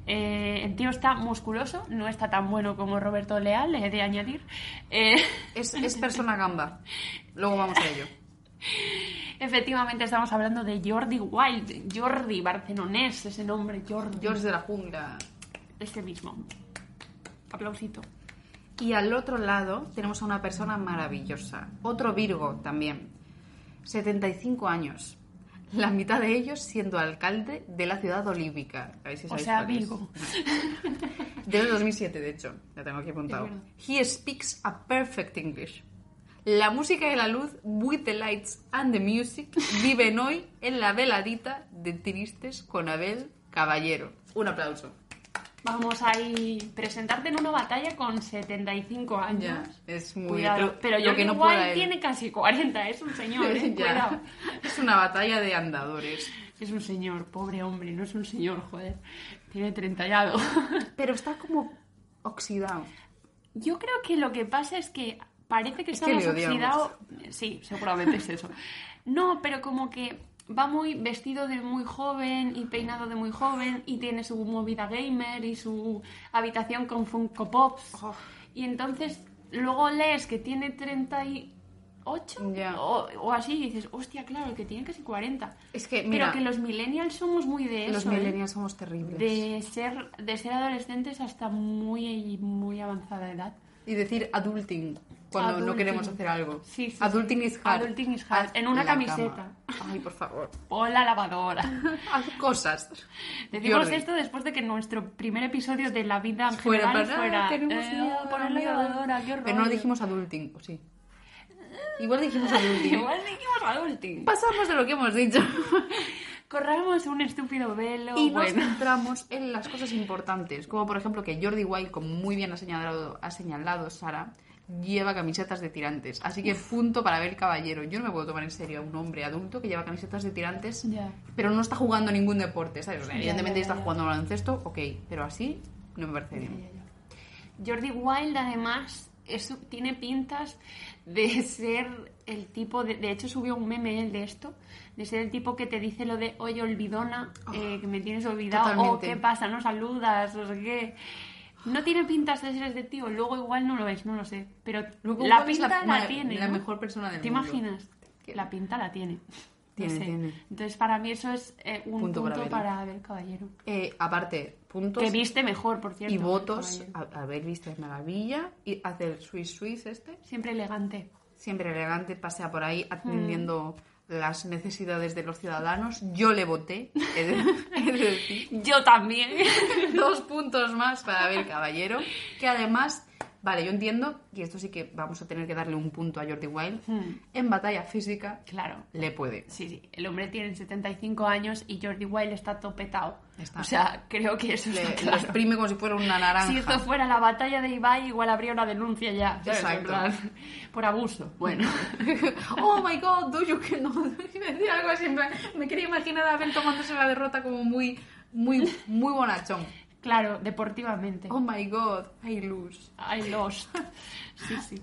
A: Eh, el tío está musculoso, no está tan bueno como Roberto Leal, le he de añadir. Eh,
B: Es, es persona gamba. Luego vamos a ello.
A: Efectivamente, estamos hablando de Jordi Wild, Jordi barcelonés, ese nombre, Jordi,
B: George de la jungla.
A: ese mismo. Aplausito.
B: Y al otro lado tenemos a una persona maravillosa, otro Virgo también, 75 años, la mitad de ellos siendo alcalde de la ciudad olívica. A ver si
A: O
B: sabéis
A: sea,
B: cuál es.
A: Virgo.
B: Del 2007, de hecho, ya tengo aquí apuntado.
A: Es verdad.
B: He speaks a perfect English. La música y la luz, with the lights and
A: [LAUGHS]
B: the music, viven hoy en la veladita de Tristes con Abel Caballero. Un aplauso.
A: Vamos a ir presentarte en una batalla con 75 años.
B: Ya, es muy
A: Cuidado.
B: lo-
A: Pero
B: lo
A: Jordi
B: que no pueda
A: Wild
B: él.
A: tiene casi 40, es un
B: [LAUGHS]
A: señor, eh,
B: Ya.
A: cuidado.
B: Es una batalla de andadores.
A: Es un señor, pobre hombre, no es un señor, joder. Tiene 30 y algo.
B: Pero está como oxidado.
A: Yo creo que lo que pasa es que parece que
B: Es que
A: estamos
B: le odiamos.
A: oxidados. Sí, seguramente es eso. No, pero como que va muy vestido de muy joven y peinado de muy joven y tiene
B: Oh.
A: su movida gamer y su habitación con Funko Pops. Y entonces luego lees que tiene 38
B: Ya.
A: o, o así y dices, hostia, claro, que tiene casi 40.
B: Es que, mira,
A: Pero que los millennials somos muy de eso.
B: los
A: ¿eh?
B: millennials somos terribles.
A: De ser, de ser adolescentes hasta muy, muy avanzada edad.
B: Y decir adulting cuando no
A: Adulting.
B: queremos hacer algo.
A: Sí, sí,
B: adulting
A: sí.
B: is hard.
A: Adulting is hard.
B: Haz
A: En una
B: la
A: camiseta.
B: cama. Ay,
A: [LAUGHS]
B: por favor.
A: O la [LAUGHS] lavadora.
B: Haz cosas.
A: Decimos
B: Jordi.
A: esto después de que nuestro primer episodio de la vida en
B: Fuera,
A: general
B: para-
A: fuera
B: tenemos
A: eh,
B: miedo,
A: poner la
B: miedo.
A: lavadora, qué horror.
B: Pero no dijimos adulting, ¿o sí? Igual dijimos
A: [LAUGHS]
B: adulting.
A: Igual dijimos adulting.
B: Pasamos de lo que hemos dicho.
A: Corramos un estúpido velo.
B: [LAUGHS] y
A: bueno.
B: nos centramos en las cosas importantes, como por ejemplo que Jordi Wild, como muy bien ha señalado, ha señalado Sara, lleva camisetas de tirantes. Así que punto para ver caballero. Yo no me puedo tomar en serio a un hombre adulto que lleva camisetas de tirantes,
A: Ya.
B: pero no está jugando ningún deporte, ¿sabes? O sea,
A: Ya,
B: evidentemente
A: ya, ya,
B: está
A: ya.
B: jugando al baloncesto, ok, pero así no me parece bien.
A: Jordi Wild además es- tiene pintas de ser el tipo de, de hecho subió un meme él de esto de ser el tipo que te dice lo de oye olvidona eh, que me tienes olvidado o
B: Ah, totalmente.
A: qué pasa no saludas o sé qué no tiene pintas de ser este tío luego igual no lo es no lo sé pero
B: Luego
A: la
B: igual es
A: pinta la,
B: ma-
A: tiene
B: la
A: ¿no?
B: mejor persona del
A: te
B: mundo.
A: imaginas
B: Que-
A: la pinta la tiene No
B: Tiene,
A: sé.
B: tiene.
A: entonces para mí eso es eh, un punto,
B: Punto para Abel.
A: para ver caballero
B: Eh, aparte, puntos
A: que viste mejor por cierto
B: y
A: Abel
B: votos.
A: Caballero.
B: A, a ver, viste es maravilla. Y hacer Swiss Swiss este.
A: siempre elegante
B: siempre elegante, pasea por ahí atendiendo
A: Hmm.
B: las necesidades de los ciudadanos. Yo le voté, he de, [LAUGHS] he de decir.
A: Yo también. [LAUGHS]
B: Dos puntos más para Abel Caballero, que además, vale, yo entiendo, y esto sí que vamos a tener que darle un punto a Jordi Wild,
A: Hmm.
B: en batalla física
A: Claro.
B: le puede.
A: Sí, sí. El hombre tiene 75 años y Jordi Wild está topetado.
B: Está.
A: O sea, creo que eso
B: Le,
A: está
B: lo
A: [LAUGHS] claro.
B: exprime como si fuera una naranja.
A: Si esto fuera la batalla de Ibai, igual habría una denuncia ya. ¿sabes? En
B: Exacto.
A: plan, Por abuso. Bueno.
B: [LAUGHS] oh my god, do you que no? [LAUGHS] Me decía algo así, en plan, me quería imaginar a Abel tomándose la derrota como muy, muy, muy bonachón.
A: Claro, deportivamente.
B: Oh my god, I lose.
A: I lost. Sí, sí.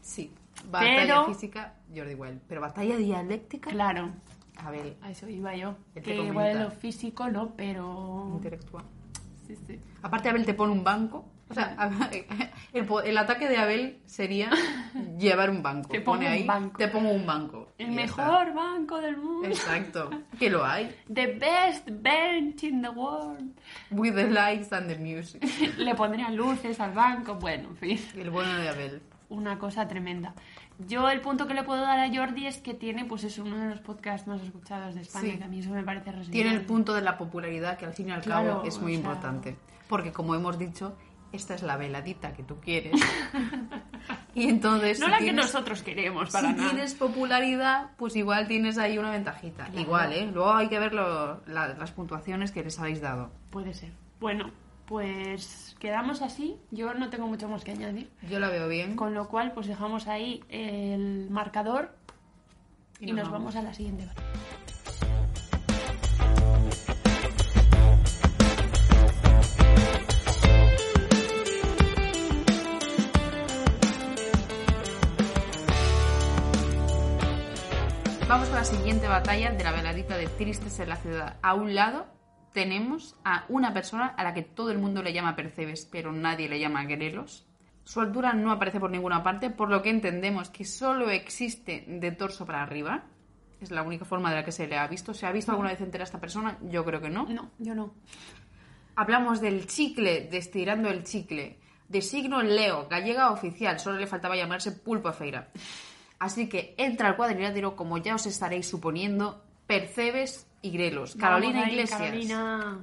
B: Sí, batalla
A: Pero-
B: física, Jordi Wild. Pero batalla dialéctica,
A: Claro.
B: a ver,
A: A eso iba yo.
B: Él te
A: Que
B: comenta.
A: igual en lo físico no, pero...
B: intelectual.
A: Sí, sí.
B: Aparte, Abel te pone un banco. O sea, [LAUGHS] el, po- el ataque de Abel
A: [LAUGHS]
B: sería llevar un banco.
A: Te pongo
B: pone
A: un
B: ahí,
A: banco.
B: te pongo un banco.
A: El
B: Y ya
A: mejor banco del mundo.
B: está. Exacto, que lo hay.
A: The best bench in the world.
B: With the lights and the music.
A: [LAUGHS] Le pondrían luces al banco. Bueno, en fin.
B: El bueno de Abel.
A: una cosa tremenda. Yo el punto que le puedo dar a Jordi es que tiene, pues es uno de los podcasts más escuchados de España,
B: Sí.
A: que a mí eso me parece reseñable.
B: Tiene el punto de la popularidad que al fin y al
A: Claro,
B: cabo es
A: o
B: muy
A: sea-
B: importante. Porque como hemos dicho, esta es la veladita que tú
A: [LAUGHS]
B: quieres. y entonces...
A: No
B: si
A: la que
B: tienes-
A: nosotros queremos para
B: si
A: nada.
B: tienes popularidad, pues igual tienes ahí una ventajita.
A: Claro.
B: Igual, ¿eh? Luego hay que ver lo- la- las puntuaciones que les habéis dado.
A: Puede ser. Bueno, pues quedamos así. Yo no tengo mucho más que añadir.
B: Yo la veo bien.
A: Con lo cual, pues dejamos ahí el marcador y, nos vamos. a la siguiente.
B: Vamos a la siguiente batalla de la veladita de Tristes en la ciudad. A un lado tenemos a una persona a la que todo el mundo le llama Percebes, pero nadie le llama Grelos. Su altura no aparece por ninguna parte, por lo que entendemos que solo existe de torso para arriba. Es la única forma de la que se le ha visto. ¿Se ha visto alguna vez entera esta persona? Yo creo que no.
A: No, yo no.
B: Hablamos del chicle, de estirando el chicle, de signo Leo, gallega oficial, solo le faltaba llamarse Pulpo a Feira. Así que entra al cuadrilátero, como ya os estaréis suponiendo, Percebes y Grelos. Carolina
A: Vamos ahí,
B: Iglesias.
A: Carolina.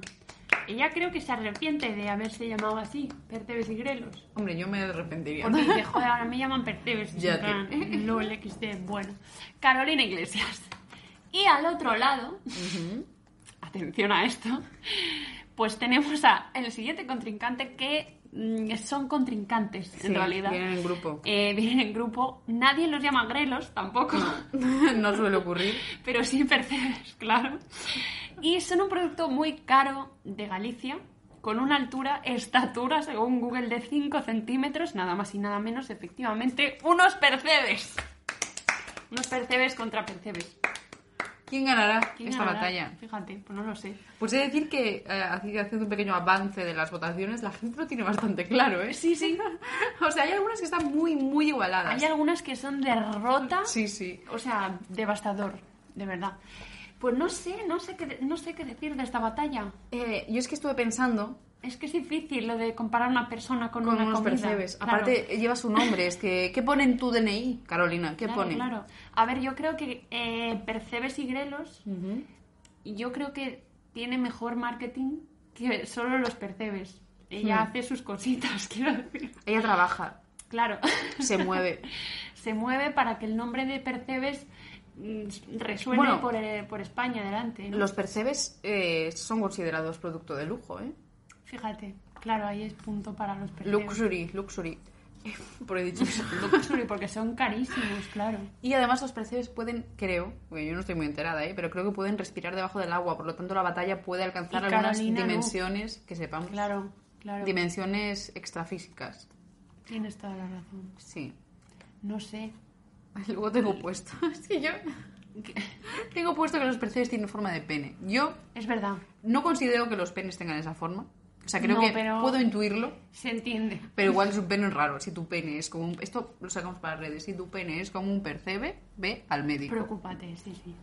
A: Ella creo que se arrepiente de haberse llamado así, Percebes y Grelos.
B: Hombre, yo me arrepentiría.
A: Porque dije, joder, ahora me llaman Percebes.
B: Ya
A: en plan, LOL XD, bueno. Carolina Iglesias. Y al otro lado, atención a esto, pues tenemos a el siguiente contrincante que mm, son contrincantes,
B: Sí,
A: en realidad.
B: vienen en grupo.
A: Eh, vienen en grupo. Nadie los llama grelos, tampoco.
B: [LAUGHS] no suele ocurrir.
A: Pero sí percebes, [LAUGHS] claro. Y son un producto muy caro de Galicia, con una altura, estatura, según Google, de 5 centímetros, nada más y nada menos, efectivamente, unos percebes. Unos percebes contra percebes.
B: ¿Quién ganará
A: ¿Quién
B: esta
A: ganará?
B: batalla?
A: Fíjate, pues no lo sé.
B: Pues he de decir que, eh, así que haciendo un pequeño avance de las votaciones, la gente lo tiene bastante claro, ¿eh?
A: Sí, sí.
B: [LAUGHS] O sea, hay algunas que están muy, muy igualadas.
A: Hay algunas que son derrota,
B: Sí, sí.
A: o sea, devastador, de verdad. Pues no sé, no sé qué, no sé qué decir de esta batalla.
B: Eh, yo es que estuve pensando
A: Es que es difícil lo de comparar una persona con,
B: con
A: una
B: unos
A: comida.
B: percebes.
A: Claro.
B: Aparte, lleva su nombre. Es que, ¿qué pone en tu DNI, Carolina? ¿Qué
A: Claro,
B: pone?
A: claro. A ver, yo creo que eh, percebes y grelos,
B: Ujú.
A: yo creo que tiene mejor marketing que solo los percebes. Ella
B: Hmm.
A: hace sus cositas, [LAUGHS] quiero decir.
B: Ella trabaja,
A: Claro. [LAUGHS]
B: se mueve.
A: Se mueve para que el nombre de percebes mm, resuene
B: Bueno,
A: por, eh, por España adelante. ¿no?
B: Los percebes eh, son considerados producto de lujo, ¿eh?
A: Fíjate, claro, ahí es punto para los percebes.
B: Luxury, luxury. [LAUGHS] Por he dicho eso.
A: Luxury, porque son carísimos, claro.
B: Y además los percebes pueden, creo, porque yo no estoy muy enterada, ¿eh? pero creo que pueden respirar debajo del agua, por lo tanto la batalla puede alcanzar
A: Y
B: algunas
A: Carolina no.
B: dimensiones que sepamos.
A: Claro, claro.
B: Dimensiones extrafísicas.
A: Tienes toda la razón.
B: Sí.
A: No sé.
B: [LAUGHS] Luego tengo puesto. Es que yo tengo puesto que los percebes tienen forma de pene. Yo
A: Es verdad,
B: no considero que los penes tengan esa forma. O sea, creo
A: No,
B: que
A: pero-
B: puedo intuirlo.
A: se entiende.
B: Pero igual es un pene raro. Si tu pene es como un... Esto lo sacamos para redes. Si tu pene es como un percebe, ve al médico.
A: Preocúpate, sí, sí.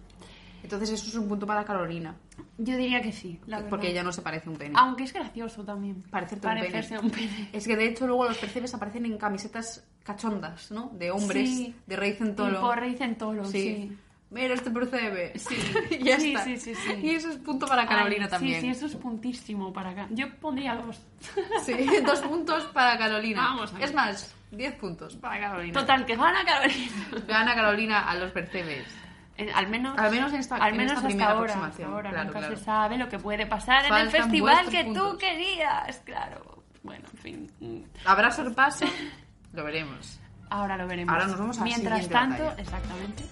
B: Entonces eso es un punto para Carolina.
A: Yo diría que sí, la verdad.
B: porque ella no se parece a un pene.
A: Aunque es gracioso también.
B: Parecerte un pene.
A: Parecerse un pene.
B: Es que de hecho luego los percebes aparecen en camisetas cachondas, ¿no? De [LAUGHS] hombres,
A: Sí.
B: de rey centolo.
A: Y por rey centolo, sí.
B: Mira este percebe.
A: Sí.
B: y [LAUGHS] ya
A: Sí,
B: está.
A: sí, sí, sí.
B: Y eso es punto para Carolina
A: Ay,
B: también.
A: Sí, sí, eso es puntísimo para acá. Yo pondría dos.
B: [LAUGHS] Sí, dos puntos para Carolina.
A: Vamos a ver.
B: Es más, diez puntos para Carolina.
A: Total, que gana Carolina. [LAUGHS]
B: Gana Carolina a los percebes.
A: Eh, Al menos,
B: Al menos en esta-
A: al
B: en
A: menos
B: esta
A: hasta
B: primera
A: ahora, hasta
B: aproximación,
A: ahora.
B: claro,
A: nunca
B: claro.
A: se sabe lo que puede pasar en el
B: Faltan
A: festival
B: vuestros
A: que tú
B: puntos.
A: querías, claro. Bueno, en fin. mm,
B: ¿Habrá sorpaso? Lo veremos.
A: Ahora lo veremos.
B: Ahora nos vamos a la
A: Mientras
B: siguiente
A: tanto,
B: batalla.
A: exactamente.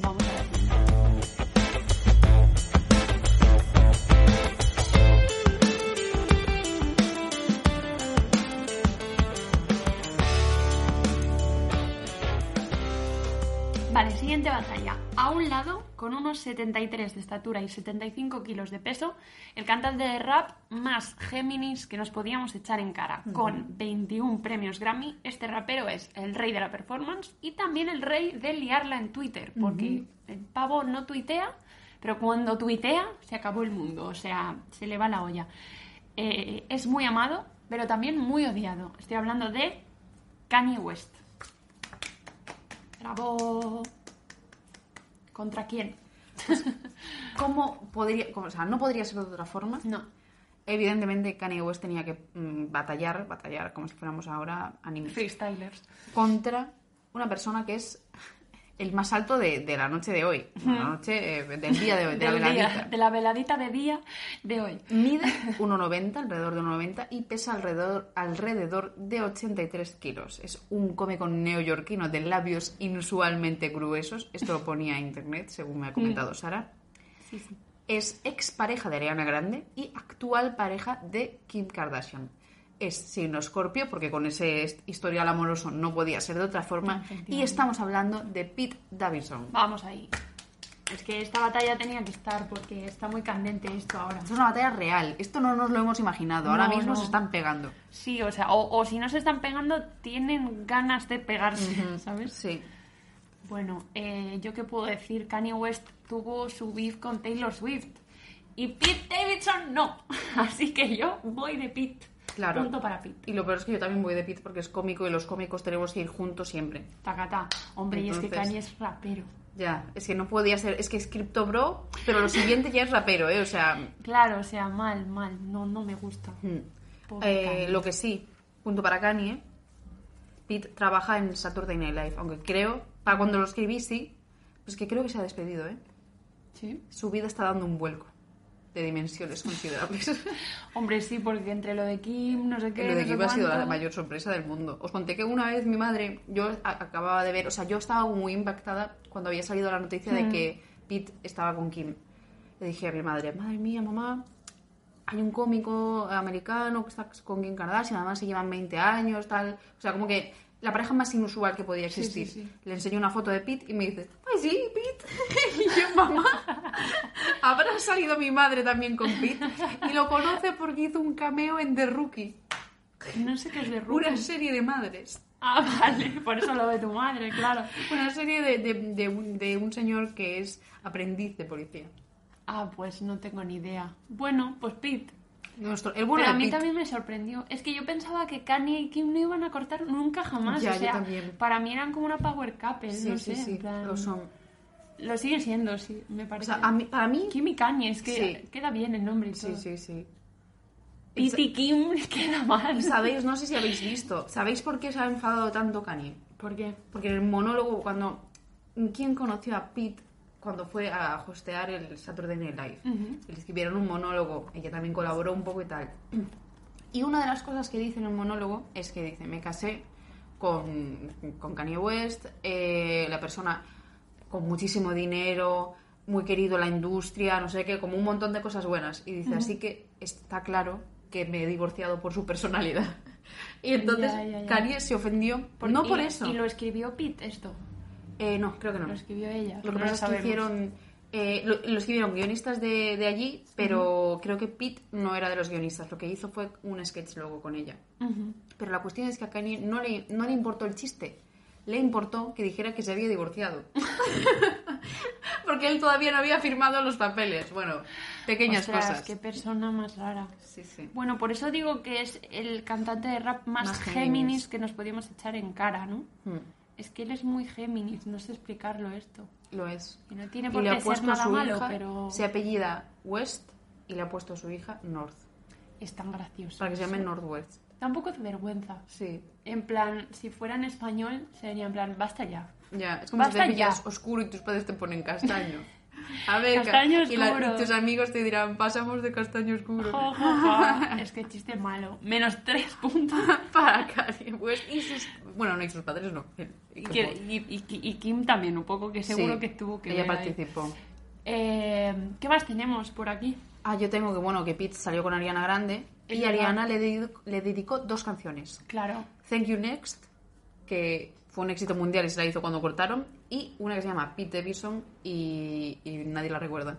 A: Vamos a ver. Vale, siguiente batalla. A un lado, con unos 73 de estatura y 75 kilos de peso, el cantante de rap más Géminis que nos podíamos echar en cara. Con 21 premios Grammy, este rapero es el rey de la performance y también el rey de liarla en Twitter, porque el pavo no tuitea, pero cuando tuitea se acabó el mundo, o sea, se le va la olla. Eh, es muy amado, pero también muy odiado. Estoy hablando de Kanye West. Bravo. ¿Contra quién?
B: ¿Cómo podría...? cómo- o sea, no podría ser de otra forma.
A: No.
B: Evidentemente Kanye West tenía que mm, batallar, batallar como si fuéramos ahora anime,
A: Freestylers.
B: contra una persona que es el más alto de, de la noche de hoy, de la noche, eh, del día de hoy, de
A: [LAUGHS]
B: la
A: Del día,
B: veladita.
A: de la veladita de día de hoy.
B: Mide 1,90, alrededor de 1,90 y pesa alrededor, alrededor de 83 kilos. Es un cómico neoyorquino de labios inusualmente gruesos. Esto lo ponía en internet, según me ha
A: Mm.
B: comentado Sara.
A: Sí, sí.
B: Es expareja de Ariana Grande y actual pareja de Kim Kardashian. Es signo escorpio, porque con ese est- historial amoroso no podía ser de otra forma. Y estamos hablando de Pete Davidson.
A: Vamos ahí. Es que esta batalla tenía que estar porque está muy candente esto ahora.
B: Esto es una batalla real. Esto no nos lo hemos imaginado. Ahora
A: No,
B: mismo
A: no.
B: se están pegando.
A: Sí, o sea, o, o si no se están pegando, tienen ganas de pegarse, ¿sabes?
B: Sí.
A: Bueno, eh, yo qué puedo decir, Kanye West tuvo su beef con Taylor Swift y Pete Davidson no. [LAUGHS] Así que yo voy de Pete.
B: Claro.
A: Punto para Pete.
B: Y lo peor es que yo también voy de Pete porque es cómico y los cómicos tenemos que ir juntos siempre.
A: Tacatá. Hombre, y es que
B: Entonces-
A: Kanye es rapero.
B: Ya, es que no podía ser, es que es Crypto Bro, pero lo siguiente ya es rapero, ¿eh? O sea,
A: Claro, o sea, mal, mal. No, no me gusta. Pobre
B: eh,
A: Kanye.
B: lo que sí, punto para Kanye, Pete trabaja en Saturday Night Live, aunque creo, para cuando lo escribí sí, pues que creo que se ha despedido, ¿eh?
A: Sí.
B: Su vida está dando un vuelco de dimensiones considerables.
A: [LAUGHS]
B: [LAUGHS]
A: Hombre, sí, porque entre lo de Kim, no sé qué.
B: Lo de
A: no sé
B: Kim ha sido la
A: cuánto.
B: mayor sorpresa del mundo. Os conté que una vez mi madre, yo a- acababa de ver, o sea, yo estaba muy impactada cuando había salido la noticia
A: Mm.
B: de que Pete estaba con Kim. Le dije a mi madre, madre mía, mamá, hay un cómico americano que está con Kim Kardashian, además se llevan 20 años, tal. O sea, como que la pareja más inusual que podía
A: Sí, sí,
B: existir.
A: sí.
B: [LAUGHS] Le enseño una foto de Pete y me dice, ay, sí, Pete. y yo, mamá, habrá salido mi madre también con Pete y lo conoce porque hizo un cameo en The Rookie,
A: [LAUGHS] No sé qué es de
B: una
A: rubias.
B: serie de madres.
A: Ah, [LAUGHS] vale, por eso lo de tu madre, claro.
B: Una serie de, de- de un, de un señor que es aprendiz de policía.
A: Ah, pues no tengo ni idea. Bueno, pues Pete.
B: Nuestro, el bueno
A: Pero a
B: de
A: mí
B: Pete.
A: también me sorprendió. Es que yo pensaba que Kanye y Kim no iban a cortar nunca jamás.
B: Ya,
A: o
B: yo
A: sea,
B: también.
A: para mí eran como una power couple,
B: Sí,
A: no
B: sí,
A: sé. en
B: sí,
A: plan-
B: lo son.
A: Lo siguen siendo, sí, me
B: O
A: parece.
B: sea, a mí- para mí...
A: Kim y Kanye, es que
B: Sí.
A: queda bien el nombre y todo.
B: Sí, sí, sí. Pues,
A: Pete y Kim queda mal.
B: Sabéis, no sé si habéis visto, ¿sabéis por qué se ha enfadado tanto Kanye?
A: ¿Por qué?
B: Porque en el monólogo, cuando. ¿Quién conoció a Pete cuando fue a hostear el Saturday Night Live? Le escribieron un monólogo, ella también colaboró un poco y tal. Y una de las cosas que dice en el monólogo es que dice: Me casé con, con Kanye West, eh, la persona con muchísimo dinero, muy querido en la industria, no sé qué, como un montón de cosas buenas. Y dice: Así que está claro que me he divorciado por su personalidad. [LAUGHS] Y entonces
A: Ya, ya, ya.
B: Kanye se ofendió, no
A: y-
B: por eso.
A: Y lo escribió Pete esto.
B: Eh, no, creo que no.
A: Lo
B: Lo
A: escribió ella.
B: que
A: no
B: pasa es que
A: sabemos.
B: hicieron. eh, lo, lo escribieron guionistas de, de allí, pero creo que Pete no era de los guionistas. Lo que hizo fue un sketch luego con ella.
A: Ujú.
B: Pero la cuestión es que a Kanye no le, no le importó el chiste. Le importó que dijera que se
A: [LAUGHS]
B: había divorciado. Porque él todavía no había firmado los papeles. Bueno, pequeñas
A: Ostras,
B: cosas.
A: qué persona más rara.
B: Sí, sí.
A: Bueno, por eso digo que es el cantante de rap más,
B: Más Géminis.
A: Géminis. que nos podíamos echar en cara, ¿no?
B: Hmm,
A: Es que él es muy Géminis, no sé explicarlo esto.
B: Lo es.
A: Y no tiene
B: y
A: por
B: le
A: qué
B: ha
A: ser
B: puesto
A: nada
B: su
A: malo,
B: hija,
A: pero
B: se apellida West y le ha puesto su hija North.
A: es tan gracioso.
B: Para que se llame
A: eso.
B: Northwest.
A: Tampoco te vergüenza.
B: Sí,
A: En plan, si fuera en español, sería en plan, basta ya.
B: Ya, es como
A: Basta
B: si te pillas
A: ya.
B: oscuro y tus padres te ponen castaño. A
A: [LAUGHS]
B: ver, ca-
A: Castaño
B: y, la-
A: oscuro.
B: y tus amigos te dirán, pasamos de castaño oscuro
A: Jo, jo, jo. [LAUGHS] Es que chiste malo. Menos tres puntos.
B: [LAUGHS] para Kanye West y sus... Bueno, no, y sus padres no.
A: Y, que- y- y- y Kim también un poco, que seguro
B: Sí,
A: que estuvo que
B: Ella
A: ver ahí.
B: participó.
A: Eh, ¿Qué más tenemos por aquí?
B: Ah, yo tengo que, bueno, que Pete salió con Ariana Grande
A: Es
B: y
A: verdad.
B: Ariana le dedicó, le dedicó dos canciones.
A: Claro.
B: Thank You Next, que fue un éxito mundial y se la hizo cuando cortaron, y una que se llama Pete Davidson y, y nadie la recuerda.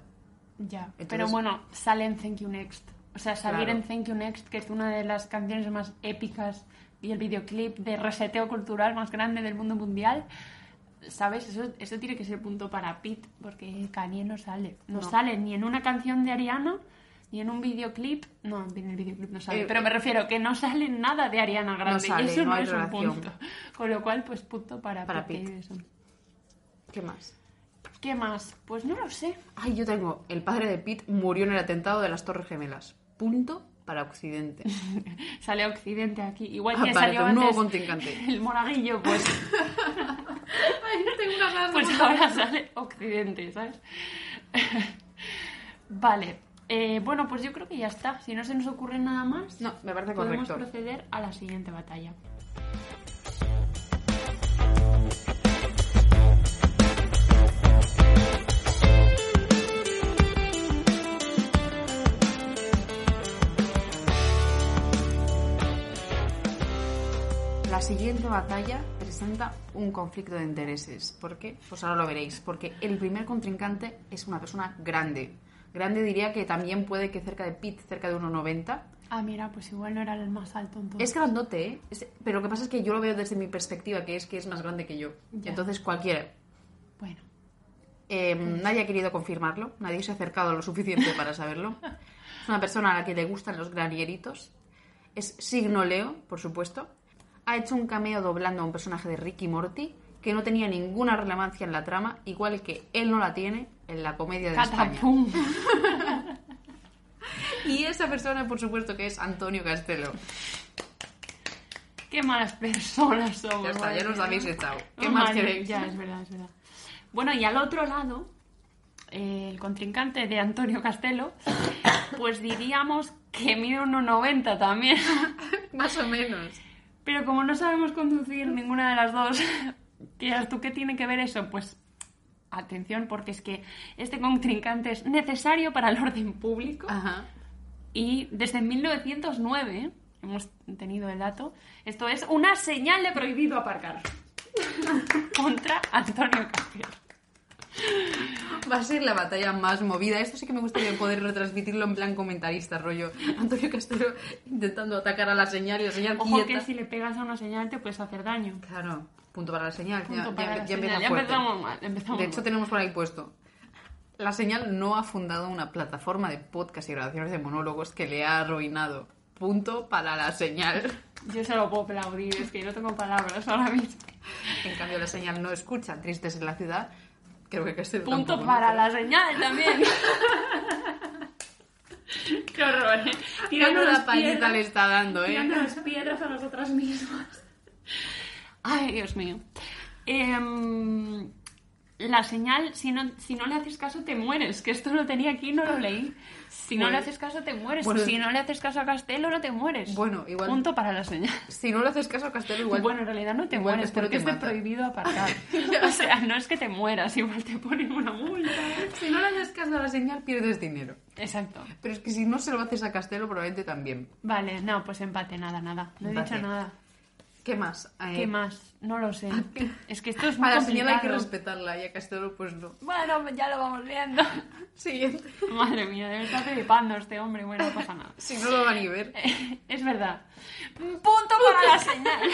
A: Ya, pero
B: Entonces-
A: bueno, sale en Thank You Next. O sea, salir
B: Claro.
A: en Thank You Next, que es una de las canciones más épicas y el videoclip de reseteo cultural más grande del mundo mundial, ¿sabes? Eso, eso tiene que ser punto para Pete, porque Kanye no sale. No,
B: No.
A: sale ni en una canción de Ariana, ni en un videoclip. No, en el videoclip no sale.
B: Eh,
A: pero me refiero que no sale nada de Ariana Grande. y
B: sale,
A: eso
B: no
A: no,
B: hay
A: es un
B: relación.
A: punto. Con lo cual, pues punto para,
B: Para
A: Pete.
B: Pete.
A: Davidson.
B: ¿Qué más?
A: ¿Qué más? Pues no lo sé.
B: Ay, yo tengo. El padre de Pete murió en el atentado de las Torres Gemelas. Punto para Occidente.
A: [LAUGHS] Sale Occidente aquí. Igual que
B: Aparece
A: salió
B: Ah, un
A: antes
B: nuevo contrincante.
A: [LAUGHS] el monaguillo, pues, [LAUGHS]
B: Ay, yo tengo una ganas
A: pues ahora sale Occidente, ¿sabes? [LAUGHS] vale. Eh, bueno, pues yo creo que ya está. Si no se nos ocurre nada más,
B: No, me parece
A: podemos
B: correcto.
A: proceder a la siguiente batalla.
B: La siguiente batalla presenta un conflicto de intereses. ¿Por qué? Pues ahora lo veréis. Porque el primer contrincante es una persona grande. Grande diría que también puede que cerca de Pete, cerca de 1,90.
A: Ah, mira, pues igual no era el más alto entonces.
B: Es grandote, ¿eh? Es- pero lo que pasa es que yo lo veo desde mi perspectiva, que es que es más grande que yo.
A: Ya.
B: Entonces cualquiera.
A: Bueno,
B: Eh, nadie ha querido confirmarlo, nadie se ha acercado lo suficiente para saberlo. Es una persona a la que le gustan los granieritos. Es signo Leo, por supuesto. Ha hecho un cameo doblando a un personaje de Ricky Morty que no tenía ninguna relevancia en la trama, igual que él no la tiene en la comedia de España.
A: catapum.
B: Y esa persona, por supuesto, que es Antonio Castelo.
A: Qué malas personas somos.
B: Ya está, ya
A: madre
B: nos
A: mía.
B: habéis echado. ¿Qué
A: Oh,
B: más
A: madre,
B: queréis?
A: Ya, es verdad, es verdad. Bueno, y al otro lado, eh, el contrincante de Antonio Castelo, pues diríamos que mide 1,90 también.
B: [LAUGHS]
A: [LAUGHS]
B: Más o menos.
A: Pero como no sabemos conducir ninguna de las dos, [LAUGHS] dirás tú, ¿qué tiene que ver eso? Pues atención, porque es que este contrincante es necesario para el orden público.
B: Ajá.
A: Y desde 1909 hemos tenido el dato. Esto es una señal de [LAUGHS] prohibido aparcar contra Antonio Castelo.
B: [LAUGHS] Va a ser la batalla más movida. Esto sí que me gustaría poder retransmitirlo en plan comentarista, rollo. Antonio Castelo intentando atacar a la señal y la señal
A: Ojo que
B: quieta.
A: si le pegas a una señal te puedes hacer daño.
B: Claro, punto para la señal.
A: Punto
B: ya,
A: para
B: ya-
A: la
B: ya
A: señal.
B: empieza
A: Ya
B: fuerte.
A: empezamos mal. Empezamos
B: De hecho,
A: mal.
B: tenemos por ahí puesto. La señal no ha fundado una plataforma de podcast y grabaciones de monólogos que le ha arruinado. Punto para la señal. [LAUGHS]
A: Yo solo puedo aplaudir, es que no tengo palabras ahora mismo.
B: En cambio, la señal no escucha Tristes en la ciudad. Creo que Castelo
A: Punto
B: tampoco, ¿no?
A: para la señal
B: [LAUGHS]
A: también. [LAUGHS] Qué horror, ¿eh? Tirando
B: Menuda
A: las
B: paliza
A: piedras-
B: le está dando, ¿eh?
A: tirando las piedras a nosotras mismas. [LAUGHS] Ay, Dios mío. Em, la señal, si no, si no le haces caso, te mueres. Que esto lo tenía aquí y no lo leí. Si no le
B: Bueno.
A: haces caso, te mueres.
B: Bueno.
A: si no le haces caso a Castelo, no te mueres.
B: Bueno, igual-
A: Punto para la señal.
B: Si no le haces caso a Castelo, igual.
A: Bueno, en realidad no te
B: igual
A: mueres
B: Castelo
A: porque
B: te
A: es de
B: mata.
A: prohibido
B: [LAUGHS]
A: aparcar. o sea, no es que te mueras, igual te ponen una multa.
B: Si no le haces caso a la señal, pierdes dinero.
A: Exacto.
B: Pero es que si no se lo haces a Castelo, probablemente también.
A: Vale, no, pues empate, nada, nada. No he
B: Empate.
A: dicho nada.
B: ¿Qué más? Eh,
A: ¿Qué más? No lo sé. Es que esto es muy
B: A la señal hay que
A: complicado.
B: respetarla y a Castelo, pues no.
A: Bueno, ya lo vamos viendo.
B: Siguiente.
A: [LAUGHS] Madre mía, debe estar flipando este hombre. Bueno, no pasa nada.
B: Si no lo van a ni ver.
A: Eh, [LAUGHS] Es verdad. Punto para la señal.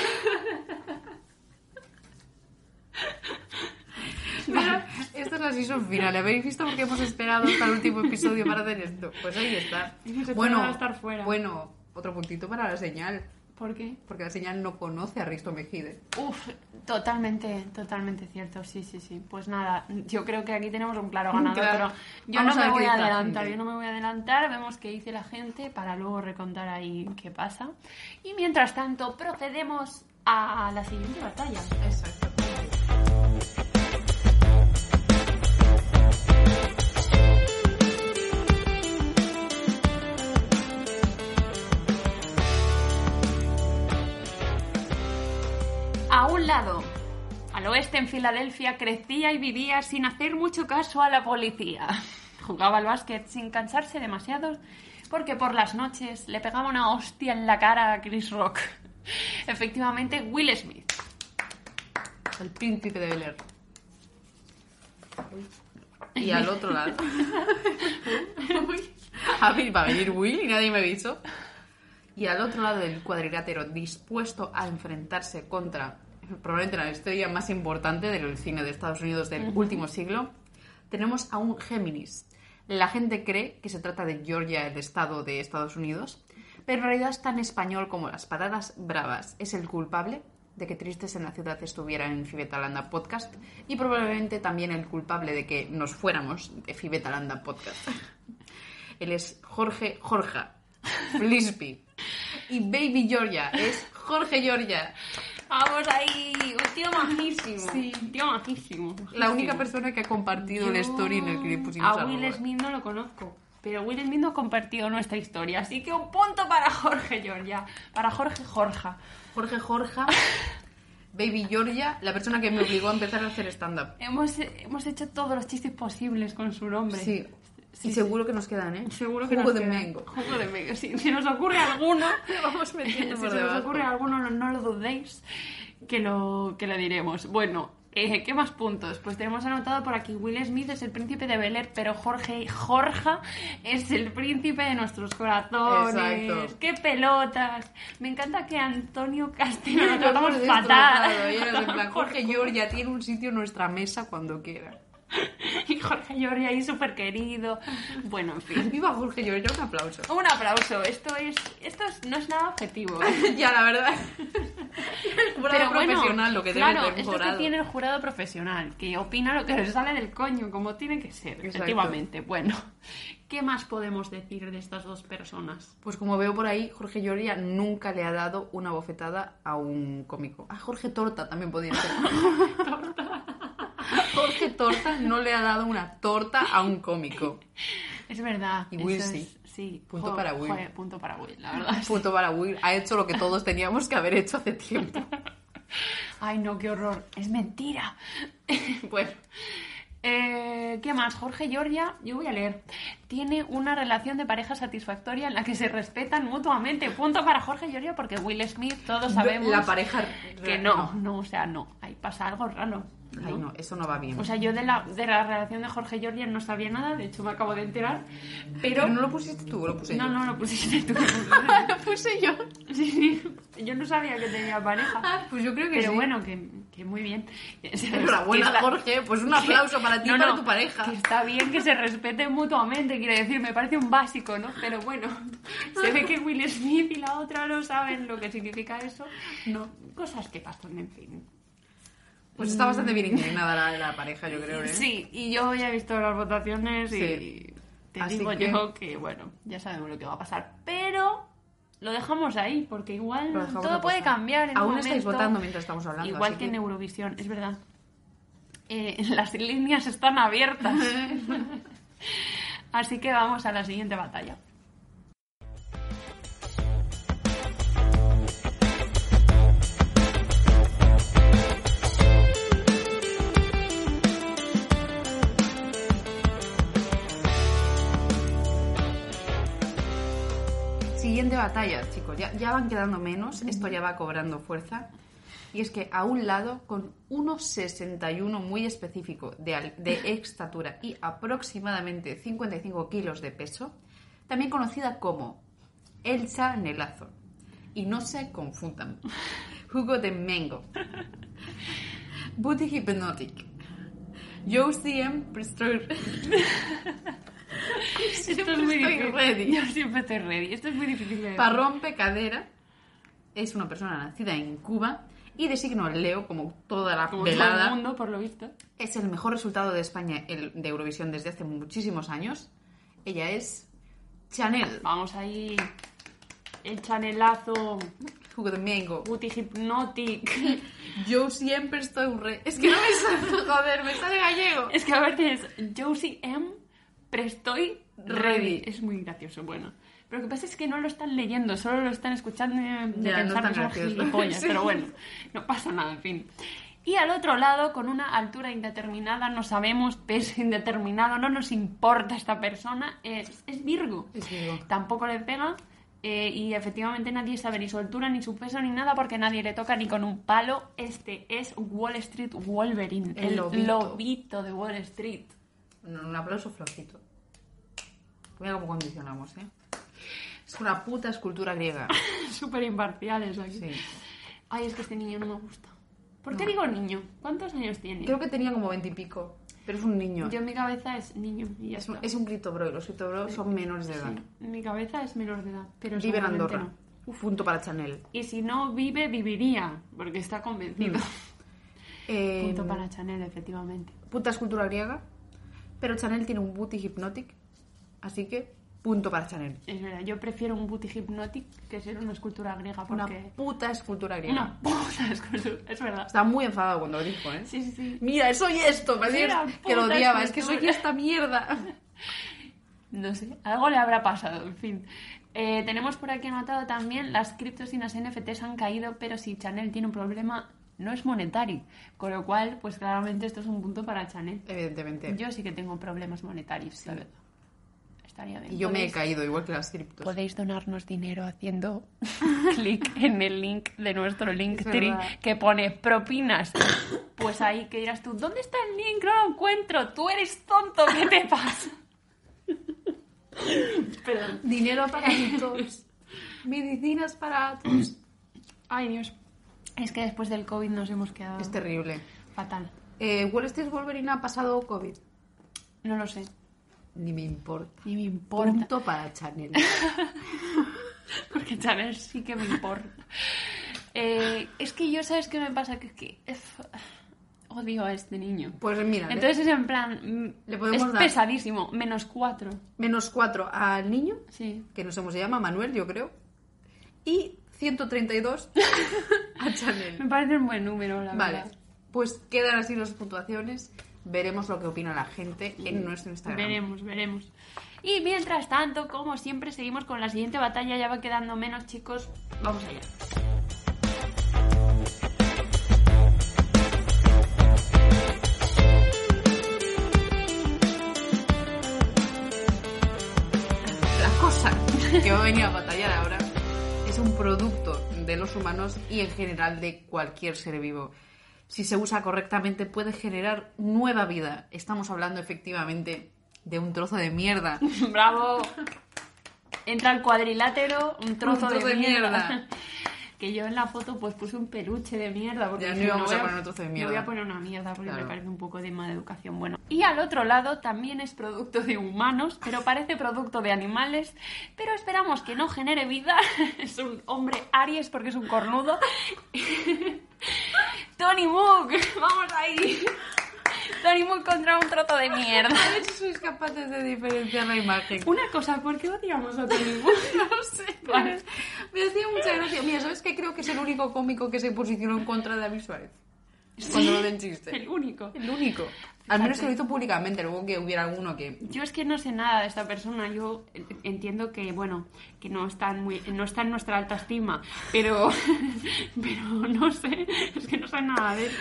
B: Mira, esta es la season final. Habéis visto por qué hemos esperado hasta el último episodio para hacer esto. Pues ahí está.
A: Se van a estar fuera.
B: bueno, otro puntito para la señal.
A: ¿Por qué?
B: Porque la señal no conoce a Risto Mejide.
A: Uf, totalmente, totalmente cierto. Sí, sí, sí. Pues nada, yo creo que aquí tenemos un claro ganador.
B: Claro.
A: pero yo
B: Vamos
A: no
B: a
A: me
B: ver qué
A: voy a
B: dice la
A: adelantar,
B: gente.
A: yo no me voy a adelantar. Vemos qué dice la gente para luego recontar ahí qué pasa. Y mientras tanto, procedemos a la siguiente batalla.
B: Exacto.
A: A un lado, al oeste en Filadelfia, crecía y vivía sin hacer mucho caso a la policía. [LAUGHS] Jugaba al básquet sin cansarse demasiado porque por las noches le pegaba una hostia en la cara a Chris Rock. [LAUGHS] Efectivamente, Will Smith.
B: El príncipe de Bel Air. Y al otro lado. [LAUGHS] A mí va a venir Will y nadie me avisó. Y al otro lado del cuadrilátero, dispuesto a enfrentarse contra probablemente la estrella más importante del cine de Estados Unidos del último siglo, tenemos a un Géminis. La gente cree que se trata de Georgia, el estado de Estados Unidos, pero en realidad es tan español como las patadas bravas. Es el culpable de que Tristes en la Ciudad estuviera en Fibetalanda Podcast y probablemente también el culpable de que nos fuéramos de Fibetalanda Podcast. Él es Jorge Jorja Flisby. Y Baby Georgia es Jorge Georgia.
A: Vamos ahí, un tío majísimo.
B: Sí.
A: un tío majísimo.
B: La
A: majísimo.
B: única persona que ha compartido el
A: Yo
B: story en el que le pusimos
A: A
B: algo. ¿eh?
A: Will Smith no lo conozco, pero Will Smith no ha compartido nuestra historia, así que un punto para [LAUGHS] Jorge Georgia, para Jorge Jorja.
B: Jorge Jorja, Baby Georgia, la persona que me obligó a empezar a hacer stand-up.
A: Hemos, hemos hecho todos los chistes posibles con su nombre.
B: Sí.
A: Sí,
B: y
A: sí.
B: seguro que nos quedan, ¿eh?
A: Seguro que
B: Jugo
A: nos
B: de
A: queda.
B: mango.
A: Jugo de mango. Si, si nos ocurre
B: [LAUGHS]
A: alguno,
B: Vamos metiendo
A: si
B: por
A: se nos
B: debajo.
A: ocurre alguno, no, no lo dudéis, que lo, que lo diremos. Bueno, eh, ¿qué más puntos? Pues tenemos anotado por aquí, Will Smith es el príncipe de Bel Air, pero Jorge Jorja es el príncipe de nuestros corazones.
B: Exacto.
A: ¡Qué pelotas! Me encanta que Antonio Castillo lo
B: Nos
A: tratamos
B: hemos destrozado,
A: fatal.
B: y ahora en plan, Jorge Georgia tiene un sitio en nuestra mesa cuando quiera.
A: [LAUGHS] Y Jorge Jorge ahí súper querido. Bueno, en fin.
B: Viva Jorge Georgia, un aplauso.
A: Un aplauso, esto es, esto es- no es nada [LAUGHS] objetivo. ¿eh?
B: [LAUGHS] ya, la verdad. Es
A: Pero bueno,
B: profesional lo que
A: claro,
B: debe ser
A: esto que tiene el jurado profesional, que opina lo que les sale del coño, como tiene que ser,
B: Exacto.
A: efectivamente. Bueno, ¿qué más podemos decir de estas dos personas?
B: Pues como veo por ahí, Jorge Georgia nunca le ha dado una bofetada a un cómico. A Jorge Torta también podría
A: [LAUGHS]
B: ser. Jorge Torta no le ha dado una torta a un cómico.
A: Es verdad.
B: Y Will
A: eso
B: sí.
A: es- sí.
B: Punto para Will.
A: joder, [LAUGHS] punto para Will, la verdad.
B: Punto para Will. Ha hecho lo que todos teníamos que haber hecho hace tiempo.
A: Ay, no, qué horror. Es mentira. [LAUGHS] bueno. eh, ¿Qué más? Jorge Giorgia, yo voy a leer. Tiene una relación de pareja satisfactoria en la que se respetan mutuamente. Punto para Jorge Giorgia porque Will Smith, todos sabemos
B: La pareja
A: que no, no, o sea, no. Ahí pasa algo raro.
B: Ay, no, eso no va bien.
A: O sea, yo de la, de la relación de Jorge y Jordan no sabía nada, de hecho me acabo de enterar, pero...
B: Pero no lo pusiste tú, lo puse
A: no,
B: yo.
A: no, lo pusiste tú. [LAUGHS]
B: lo puse yo.
A: Sí, sí, yo no sabía que tenía pareja.
B: Ah, pues yo creo que
A: Pero
B: sí.
A: bueno, que, que muy bien. Que
B: Enhorabuena,
A: está-
B: Jorge. Pues un aplauso para ti y
A: No,
B: para
A: no,
B: tu pareja.
A: Que está bien que se respeten mutuamente, quiere decir, me parece un básico, ¿no? Pero bueno, se ve que Will Smith y la otra no saben lo que significa eso. No, cosas que pasan, en fin.
B: Pues está bastante bien inclinada la, la pareja, yo creo, ¿eh?
A: Sí, y yo ya he visto las votaciones
B: Sí.
A: y te
B: Así
A: digo
B: que-
A: yo que, bueno, ya sabemos lo que va a pasar. Pero lo dejamos ahí, porque igual
B: Lo dejamos
A: todo puede
B: apostar.
A: cambiar. En un
B: Aún estáis
A: momento,
B: votando mientras estamos hablando.
A: Igual
B: así
A: que, en Eurovisión, es verdad. Eh, [LAUGHS] las líneas están
B: [LAUGHS]
A: abiertas. Así que vamos a la siguiente batalla.
B: Siguiente batalla, chicos. Ya, ya van quedando menos. Esto ya va cobrando fuerza. Y es que a un lado, con 1,61 muy específico de, al- de estatura y aproximadamente 55 kilos de peso, también conocida como Elsa Nelazo. Y no se confundan. Hugo de Mengo. Booty Hypnotic. Joe CM Prestroy-
A: Esto es muy
B: estoy
A: difícil.
B: ready.
A: Yo siempre estoy ready. Esto es muy difícil. de-
B: Parrón Pecadera es una persona nacida en Cuba y de signo Leo, como toda la
A: Como todo
B: velada.
A: el mundo, por lo visto.
B: Es el mejor resultado de España el- de Eurovisión desde hace muchísimos años. Ella es Chanel,
A: Vamos ahí. Echan el lazo.
B: Hugo Domingo.
A: Booty Hypnotic.
B: Yo siempre estoy un rey. Es que no me sale, [LAUGHS] joder, me sale gallego.
A: [LAUGHS] Es que a veces es Josie M. Prestoy
B: Ready.
A: ready. Es muy gracioso, bueno. Pero lo que pasa es que no lo están leyendo, solo lo están escuchando y de
B: Ya, no
A: pensar
B: es tan
A: que son
B: gracioso.
A: gilipollas.
B: [LAUGHS] Sí.
A: Pero bueno, no pasa nada, en fin. Y al otro lado, con una altura indeterminada, no sabemos, peso indeterminado, no nos importa esta persona, es, es Virgo.
B: Es Virgo.
A: Tampoco le pega eh, y efectivamente nadie sabe ni su altura, ni su peso, ni nada, porque nadie le toca ni con un palo. Este es Wall Street Wolverine,
B: El
A: el,
B: lobito.
A: lobito de Wall Street. [LAUGHS]
B: Un un aplauso flojito. Mira cómo condicionamos, ¿eh? Es una puta escultura
A: [LAUGHS]
B: griega.
A: Súper imparciales aquí.
B: Sí.
A: Ay, es que este niño no me gusta. ¿Por qué digo niño? ¿Cuántos años tiene?
B: Creo que tenía como veintipico, pero es un niño.
A: Yo en mi cabeza es niño y ya
B: Es un,
A: está.
B: es un grito bro y los grito bro son menores de edad.
A: En mi cabeza es menor de edad, pero
B: Vive en
A: seguramente
B: Andorra.
A: no.
B: Uf, Punto para Chanel.
A: Y si no vive, viviría, porque está convencido.
B: Mm. Eh,
A: [LAUGHS] Punto para Chanel, efectivamente.
B: Puta escultura griega. Pero Chanel tiene un booty hypnotic. Así que punto para Chanel.
A: Es verdad, yo prefiero un booty hypnotic que ser una escultura griega,
B: Una
A: porque...
B: puta escultura griega.
A: Una [LAUGHS] puta escultura, es verdad.
B: Está muy enfadado cuando lo dijo, ¿eh?
A: Sí, sí, sí.
B: Mira, soy esto. me
A: Mira,
B: decías que lo
A: puta
B: odiaba. Es que
A: escultura.
B: soy esta mierda.
A: No sé, algo le habrá pasado, en fin. Eh, tenemos por aquí anotado también las criptos y las NFTs han caído, pero si Chanel tiene un problema, no es monetario. Con lo cual, pues claramente esto es un punto para Chanel.
B: Evidentemente.
A: Yo sí que tengo problemas monetarios, la verdad. Estaría bien.
B: y yo me he
A: Podéis-
B: caído, igual que las criptos.
A: Podéis donarnos dinero haciendo
B: [LAUGHS]
A: clic en el link de nuestro link
B: Es
A: tree
B: verdad.
A: que pone propinas. Pues ahí que dirás tú, ¿dónde está el link? No lo encuentro. Tú eres tonto, ¿qué te
B: [LAUGHS]
A: pasa? Perdón.
B: Dinero [LAUGHS] para todos. Medicinas para todos.
A: Ay, Dios. Es que después del COVID nos hemos quedado
B: Es terrible.
A: fatal.
B: Eh, Wall Street Wolverine ha pasado COVID.
A: No lo sé.
B: Ni me importa.
A: Ni me importa.
B: Punto para Chanel.
A: Porque Chanel sí que me importa.
B: [LAUGHS]
A: Eh, es que yo, ¿sabes qué me pasa? Que, que ef, odio a este niño.
B: Pues mira,
A: Entonces es en plan. mm,
B: Le podemos
A: es
B: dar-
A: pesadísimo. Menos cuatro.
B: menos 4 al niño,
A: Sí.
B: que no sé cómo se llama, Manuel, yo creo. Y
A: [LAUGHS]
B: 132 a Chanel.
A: Me parece un buen número, la
B: Vale,
A: verdad.
B: pues quedan así las puntuaciones. Veremos lo que opina la gente en nuestro Instagram.
A: Veremos, veremos. Y mientras tanto, como siempre, seguimos con la siguiente batalla. Ya va quedando menos, chicos. Vamos allá.
B: La cosa que va a venir a batallar ahora es un producto de los humanos y en general de cualquier ser vivo. si se usa correctamente, puede generar nueva vida. Estamos hablando efectivamente de un trozo de mierda.
A: [LAUGHS] Bravo. Entra al cuadrilátero, un trozo,
B: Un trozo de mierda.
A: [LAUGHS] que yo en la foto pues puse un peluche de mierda. Porque
B: Ya, no
A: dije,
B: íbamos
A: voy
B: a poner un trozo de
A: no
B: mierda.
A: voy a poner una mierda porque
B: Claro.
A: me parece un poco de mala educación. Bueno, y al otro lado también es producto de humanos, pero parece producto de animales. Pero esperamos que no genere vida. [LAUGHS] es un hombre Aries porque es un cornudo. [LAUGHS] Tony Mook, [LAUGHS] vamos ahí. [LAUGHS] Tony Mook contra un trozo de mierda.
B: A ver si sois capaces de diferenciar la imagen.
A: Una cosa, ¿por qué odiamos a Tony
B: [LAUGHS]
A: Mook?
B: No sé, pero
A: Vale.
B: es- me hacía mucha gracia. Mira, ¿sabes qué? Creo que es el único cómico que se posicionó en contra de David Suárez. Cuando lo del
A: El
B: chiste.
A: único.
B: El único. Al menos que lo hizo públicamente, luego que hubiera alguno que...
A: Yo es que no sé nada de esta persona. Yo entiendo que, bueno, que no está en, muy, no está en nuestra alta estima, pero, [LAUGHS] pero no sé, es que no sé nada de él.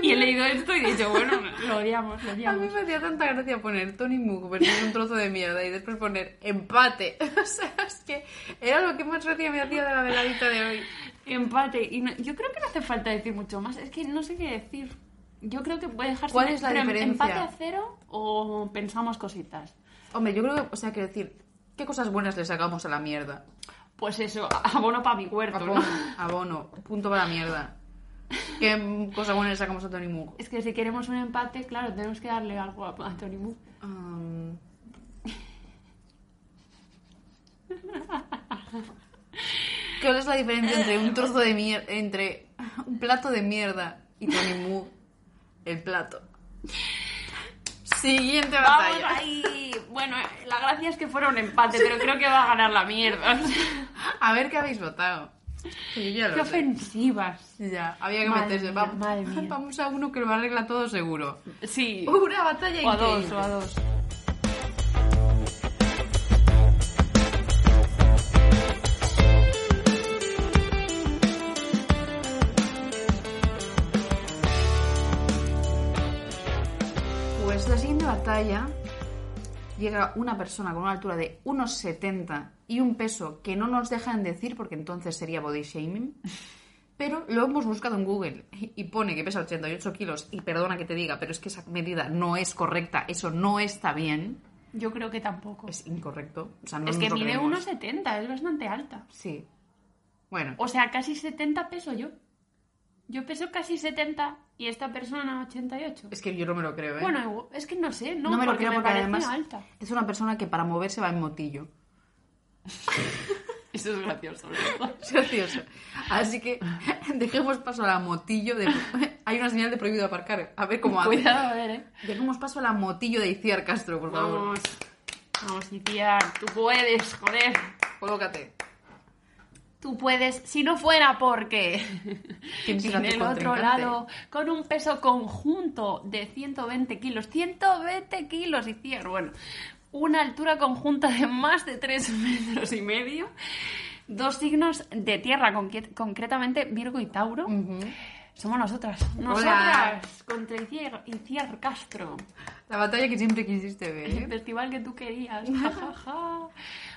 A: Y he leído esto y he dicho, bueno, lo odiamos, lo
B: A mí
A: odiamos.
B: me hacía tanta gracia poner Tony Mook versus un trozo de mierda y después poner empate. [LAUGHS] O sea, es que era lo que más gracia me hacía de la veladita de hoy.
A: Empate. Y no- yo creo que no hace falta decir mucho más, es que no sé qué decir. Yo creo que puede dejarse...
B: ¿Cuál es la
A: pero em-
B: diferencia?
A: ¿Empate a cero o pensamos cositas?
B: Hombre, yo creo que, o sea, quiero decir, ¿qué cosas buenas le sacamos a la mierda?
A: Pues eso, abono para mi huerto,
B: Abono,
A: [LAUGHS] ¿no?
B: abono, punto para la mierda. ¿Qué mm, cosa buena le sacamos a Tony Mook?
A: Es que si queremos un empate, claro, tenemos que darle algo a, a Tony Moore.
B: Um, [LAUGHS] ¿Cuál es la diferencia entre un trozo de mierda, entre un plato de mierda y Tony Mook, el plato?
A: [LAUGHS]
B: Siguiente
A: ¡Vamos
B: batalla.
A: ahí! Bueno, eh, la gracia es que fuera un empate, pero creo que va a ganar la mierda. [LAUGHS] O sea,
B: A ver qué habéis votado. Sí, yo ya lo
A: ¡Qué
B: sé.
A: ofensivas!
B: Ya, había que
A: Madre
B: meterse.
A: mía,
B: Vamos, [LAUGHS]
A: madre mía.
B: vamos a uno que lo arregla todo seguro.
A: Sí.
B: Una batalla
A: O a dos,
B: increíble.
A: o a dos.
B: Pues la siguiente batalla llega una persona con una altura de 1,70 y un peso que no nos dejan decir porque entonces sería body shaming. Pero lo hemos buscado en Google y pone que pesa 88 kilos y perdona que te diga, pero es que esa medida no es correcta, eso no está bien,
A: Yo creo que tampoco. Es,
B: es incorrecto. O sea, no nos
A: que
B: lo
A: mide
B: creemos.
A: 1,70, es bastante alta.
B: Sí. Bueno,
A: O sea, casi 70 peso yo. Yo peso casi 70 y esta persona 88.
B: es que yo no me lo creo, ¿eh?
A: Bueno, igual- es que no sé, no,
B: no me lo
A: porque
B: creo
A: me
B: porque
A: parece
B: además
A: alta.
B: es una persona que para moverse va en motillo.
A: Eso es gracioso. [LAUGHS]
B: Es [LAUGHS] gracioso. Así que [LAUGHS] dejemos paso a la motillo de... [LAUGHS] Hay una señal de prohibido aparcar. A ver cómo hace.
A: Cuidado, a ver, eh.
B: Dejemos paso a la motillo de Iciar Castro, por favor.
A: Vamos, vamos, Iciar, tú puedes, joder,
B: Colócate.
A: tú puedes, si no fuera porque
B: ¿Quién será
A: en
B: tu
A: el otro
B: contrincante?
A: lado, con un peso conjunto de 120 kilos, 120 kilos, Iciar, bueno, una altura conjunta de más de 3 [LAUGHS] metros y medio, dos signos de tierra, conque- concretamente Virgo y Tauro,
B: Mm.
A: somos nosotras, nosotras, contra Iciar, Iciar Castro.
B: La batalla que siempre quisiste ver.
A: El
B: ¿eh?
A: festival que tú [LAUGHS] querías. ja, ja, ja.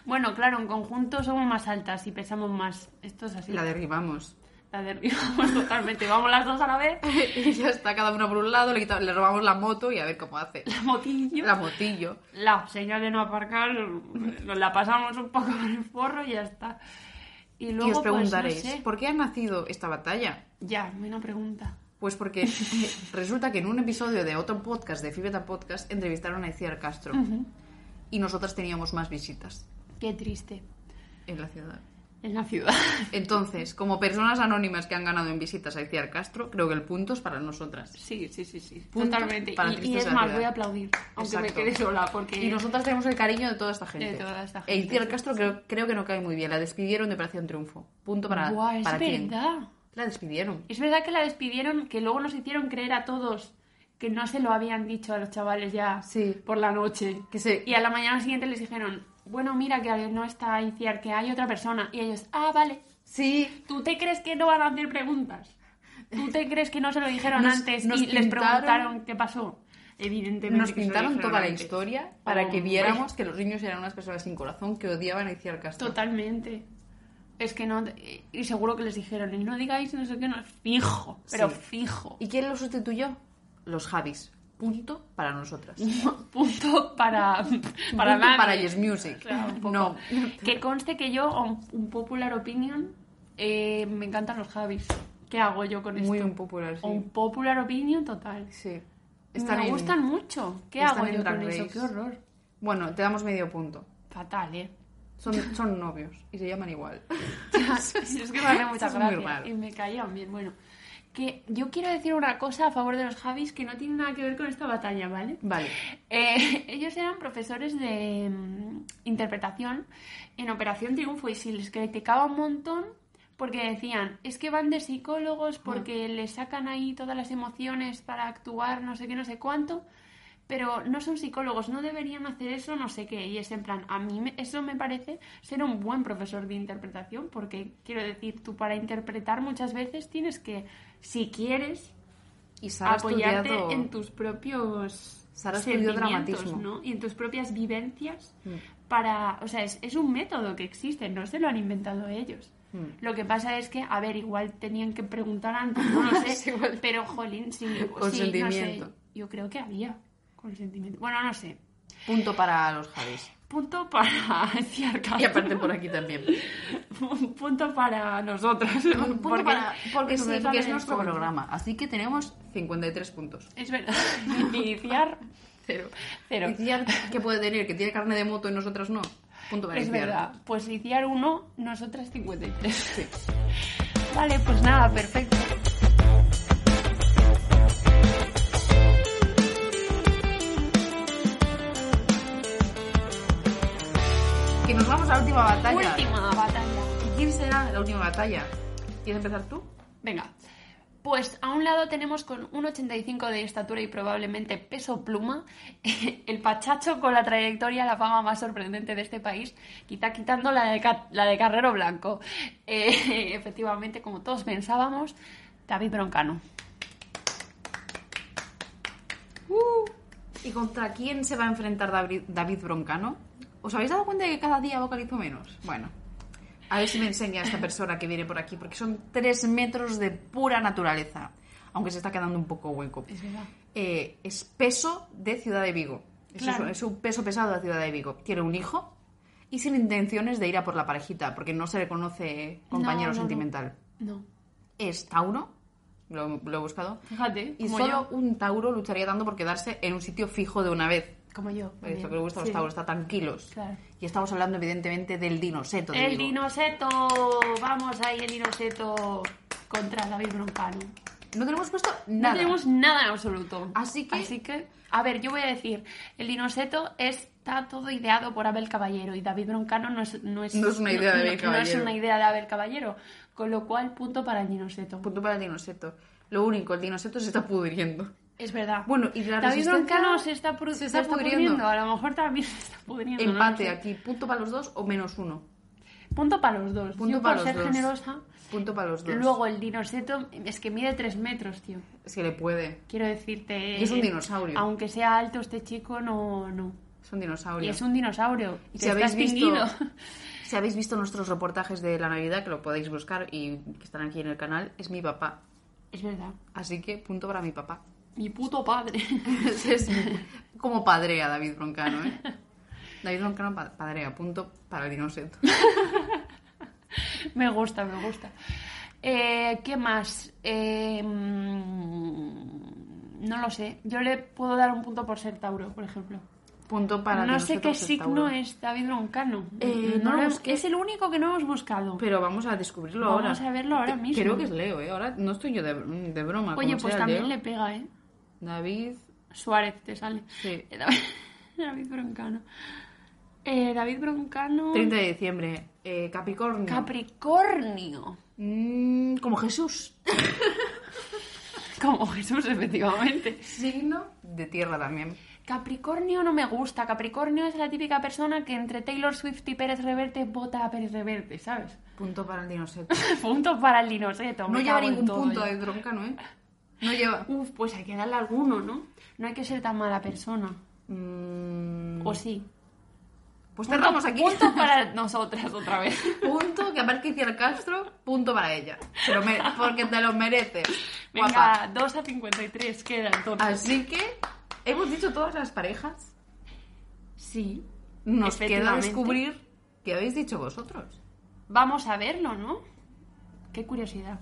A: Bueno, claro, en conjunto somos más altas y pesamos más. Esto es así.
B: La derribamos.
A: La [LAUGHS] derribamos totalmente. Vamos las dos a la vez.
B: [LAUGHS] y ya está, cada uno por un lado, le, quita- le robamos la moto y a ver cómo hace.
A: La motillo.
B: La
A: La,
B: motillo.
A: señal de no aparcar. Nos la pasamos un poco por el forro y ya está. Y luego,
B: y
A: pues,
B: os
A: no
B: preguntaréis,
A: sé.
B: ¿por qué ha nacido esta batalla?
A: Ya, buena pregunta.
B: Pues
A: [LAUGHS]
B: porque resulta que en un episodio de otro podcast, de Fibeta Podcast, entrevistaron a Iciar Castro. Y nosotras teníamos más visitas
A: Qué triste.
B: en la ciudad.
A: En la ciudad.
B: Entonces, como personas anónimas que han ganado en visitas a Iciar Castro, creo que el punto es para nosotras.
A: [LAUGHS] Sí, sí, sí, sí.
B: Punto
A: Totalmente. Y-
B: para
A: Y,
B: Triste
A: es
B: Soledad.
A: más, voy a aplaudir. Aunque me
B: Exacto.
A: quede sola. Porque...
B: Y nosotras tenemos el cariño de toda esta gente.
A: De toda esta
B: E
A: gente,
B: Iciar
A: sí,
B: Castro creo, creo que no cae muy bien. La despidieron de Operación Triunfo. Punto para,
A: Buah, es
B: para quién.
A: verdad.
B: La despidieron.
A: Es verdad que la despidieron, que luego nos hicieron creer a todos que no se lo habían dicho a los chavales ya
B: Sí.
A: por la noche.
B: Que se-
A: Y a la mañana siguiente les dijeron, bueno, mira que no está Iciar, que hay otra persona. Y ellos, ah, vale.
B: Sí,
A: ¿Tú te crees que no van a hacer preguntas? ¿Tú te crees que no se lo dijeron
B: Nos-
A: antes
B: nos
A: y les
B: pintaron-
A: preguntaron qué pasó? Evidentemente.
B: Nos
A: que se lo
B: pintaron
A: dijeron
B: toda la
A: antes.
B: historia para que
A: Oh, Hombre.
B: viéramos que los niños eran unas personas sin corazón que odiaban a Iciar Castro.
A: Totalmente. es que no. Y seguro que les dijeron, y no digáis no sé qué, no. Fijo, pero
B: Sí.
A: fijo.
B: ¿Y quién lo sustituyó? Los Javis. Punto para nosotras.
A: Punto para. [LAUGHS] Para
B: Punto
A: Dani.
B: para Yes Music.
A: Claro, un poco. [LAUGHS]
B: no.
A: Que conste que yo, un, un popular opinion, eh, me encantan los Javis. ¿Qué hago yo con
B: Muy
A: esto?
B: impopular, sí.
A: Un popular opinion total.
B: Sí.
A: me
B: en-
A: gustan mucho. ¿Qué
B: están
A: hago
B: en
A: yo
B: Drag
A: con eso?
B: Race.
A: Qué horror.
B: Bueno, te damos medio punto.
A: Fatal,
B: [LAUGHS]
A: ¿eh?
B: Son, son novios y se llaman igual.
A: [LAUGHS] es que me hace mucha
B: Es muy
A: gracia.
B: raro.
A: Y me caían bien. Bueno, que yo quiero decir una cosa a favor de los Javis que no tiene nada que ver con esta batalla, ¿vale?
B: Vale.
A: Eh, [LAUGHS] ellos eran profesores de mm, interpretación en Operación Triunfo y se les criticaba un montón porque decían, es que van de psicólogos porque les sacan ahí todas las emociones para actuar, no sé qué, no sé cuánto, pero no son psicólogos, no deberían hacer eso, no sé qué. Y es en plan, a mí me- eso me parece ser un buen profesor de interpretación porque, quiero decir, tú para interpretar muchas veces tienes que, si quieres,
B: Y Sara ha
A: apoyarte
B: estudiado...
A: en tus propios
B: Sara estudió
A: sentimientos,
B: dramatismo. Mm.
A: ¿no? Y en tus propias vivencias para... O sea, es, es un método que existe, no se lo han inventado ellos.
B: Mm.
A: Lo que pasa es que, a ver, igual tenían que preguntar
B: [LAUGHS]
A: antes, no lo sé,
B: Sí, igual.
A: pero jolín, sí, sí, no sé,
B: Consentimiento.
A: yo creo que había consentimiento. Bueno, no sé.
B: Punto para los
A: [LAUGHS]
B: Javis.
A: Punto para [LAUGHS] Ciarca.
B: Y
A: [LAUGHS]
B: aparte por aquí [LAUGHS] también.
A: Punto para nosotras.
B: Punto para... Porque sí,
A: sale
B: porque es
A: del
B: nuestro
A: fondo.
B: programa. Así que tenemos 53 puntos.
A: Es verdad. [LAUGHS] Y Ciar, cero. Cero.
B: ¿Y Ciar qué puede tener? ¿Que tiene carne de moto y nosotras no? Punto para
A: Es
B: Ciar.
A: verdad, pues iniciar uno, nosotras 53.
B: Sí.
A: [LAUGHS] Vale, pues nada, perfecto.
B: Que nos vamos a la última batalla.
A: Última batalla.
B: ¿Quién será la última batalla? ¿Quieres empezar tú?
A: Venga, pues a un lado tenemos con 1,85 de estatura y probablemente peso pluma, [LAUGHS] el pachacho con la trayectoria, la fama más sorprendente de este país, quizá quitando la de, Ca- la de Carrero Blanco. [LAUGHS] Eh, efectivamente, como todos pensábamos, David Broncano.
B: ¿Y contra quién se va a enfrentar David, David Broncano? ¿Os habéis dado cuenta de que cada día vocalizo menos? Bueno, a ver si me enseña esta persona que viene por aquí, porque son tres metros de pura naturaleza, aunque se está quedando un poco hueco.
A: Es verdad.
B: Eh, es peso de Ciudad de Vigo. Eso
A: Claro.
B: Es, es un peso pesado de Ciudad de Vigo. Tiene un hijo y sin intenciones de ir a por la parejita, porque no se le conoce compañero
A: No, no, no.
B: sentimental.
A: No,
B: Es Tauro, lo, lo he buscado.
A: fíjate,
B: Y
A: como
B: solo
A: yo.
B: un Tauro lucharía tanto por quedarse en un sitio fijo de una vez.
A: Como yo.
B: Por eso
A: también.
B: que le gustan los
A: Sí.
B: Tauros, está tranquilos.
A: Claro.
B: Y estamos hablando, evidentemente, del dinoseto. de
A: El
B: Vigo.
A: dinoseto, vamos ahí el dinoseto contra David Broncano.
B: No tenemos puesto
A: No
B: nada.
A: tenemos nada en absoluto.
B: Así que-
A: Así que, a ver, yo voy a decir, el dinoseto está todo ideado por Abel Caballero y David Broncano no es, no es,
B: No es una idea de Abel
A: no- no es
B: Caballero.
A: una idea de Abel Caballero. Con lo cual, punto para el dinoseto.
B: Punto para el dinoseto. Lo único, el dinoseto se está pudriendo.
A: Es verdad.
B: Bueno, y la
A: David
B: resistencia
A: Broncano se está, pudriendo.
B: se está pudriendo.
A: A lo mejor también se está pudriendo. no lo
B: Empate
A: sé.
B: aquí. Punto para los dos o menos uno.
A: Punto para los dos.
B: Punto
A: Yo,
B: para
A: por
B: los
A: ser
B: dos.
A: generosa.
B: Punto para los dos.
A: Luego, el dinoseto es que mide tres metros, tío.
B: Es que le puede.
A: Quiero decirte.
B: Y es un
A: eh,
B: dinosaurio.
A: Aunque sea alto este chico, no. no.
B: Es un dinosaurio.
A: Y es un dinosaurio.
B: Y
A: te está extinguido.
B: si habéis visto nuestros reportajes de la Navidad, que lo podéis buscar y que están aquí en el canal, [LAUGHS] es mi papá.
A: Es verdad.
B: Así que punto para mi papá.
A: Mi puto padre. [LAUGHS]
B: Ese [LAUGHS] es como padrea David Broncano, ¿eh? David Broncano pa- padrea, punto para el dinoseto.
A: me gusta, me gusta. Eh, ¿Qué más? Eh, mm, no lo sé. Yo le puedo dar un punto por ser Tauro, por ejemplo.
B: Punto para
A: no sé
B: dinoseto
A: qué
B: ser
A: signo
B: Tauro.
A: es David Broncano.
B: Eh, no lo
A: lo-
B: busqué.
A: es el único que no hemos buscado.
B: Pero vamos a descubrirlo
A: Vamos
B: ahora.
A: a verlo ahora
B: Te-
A: mismo.
B: Creo que es Leo, ¿eh? Ahora no estoy yo de, de broma.
A: Oye,
B: como
A: pues
B: sea
A: también
B: Leo.
A: le pega, ¿eh?
B: David...
A: Suárez te sale.
B: Sí.
A: Eh, [LAUGHS] David, David Broncano. Eh, David Broncano.
B: 30 de diciembre. eh, Capricornio.
A: Capricornio.
B: Mm,
A: [LAUGHS]
B: como Jesús.
A: Como Jesús, efectivamente.
B: Signo de tierra también.
A: Capricornio no me gusta. Capricornio es la típica persona que entre Taylor Swift y Pérez Reverte vota a Pérez Reverte, ¿sabes? [LAUGHS]
B: Punto para el dinoseto.
A: punto para el dinoseto.
B: no
A: me
B: lleva
A: cago en
B: ningún
A: todo
B: punto
A: ya.
B: David Broncano, ¿eh? No lleva...
A: Uf, pues hay que darle alguno, ¿no? No hay que ser tan mala persona.
B: Mm,
A: O sí.
B: Pues cerramos aquí.
A: Punto
B: [LAUGHS]
A: para nosotras otra vez.
B: punto que aparezca el Castro, punto para ella. Se lo mere- porque te lo mereces.
A: Venga,
B: Guapa.
A: 2 a 53 queda entonces.
B: Así que hemos dicho todas las parejas.
A: Sí.
B: Nos queda
A: Efectivamente.
B: descubrir qué habéis dicho vosotros.
A: Vamos a verlo, ¿no? Qué curiosidad.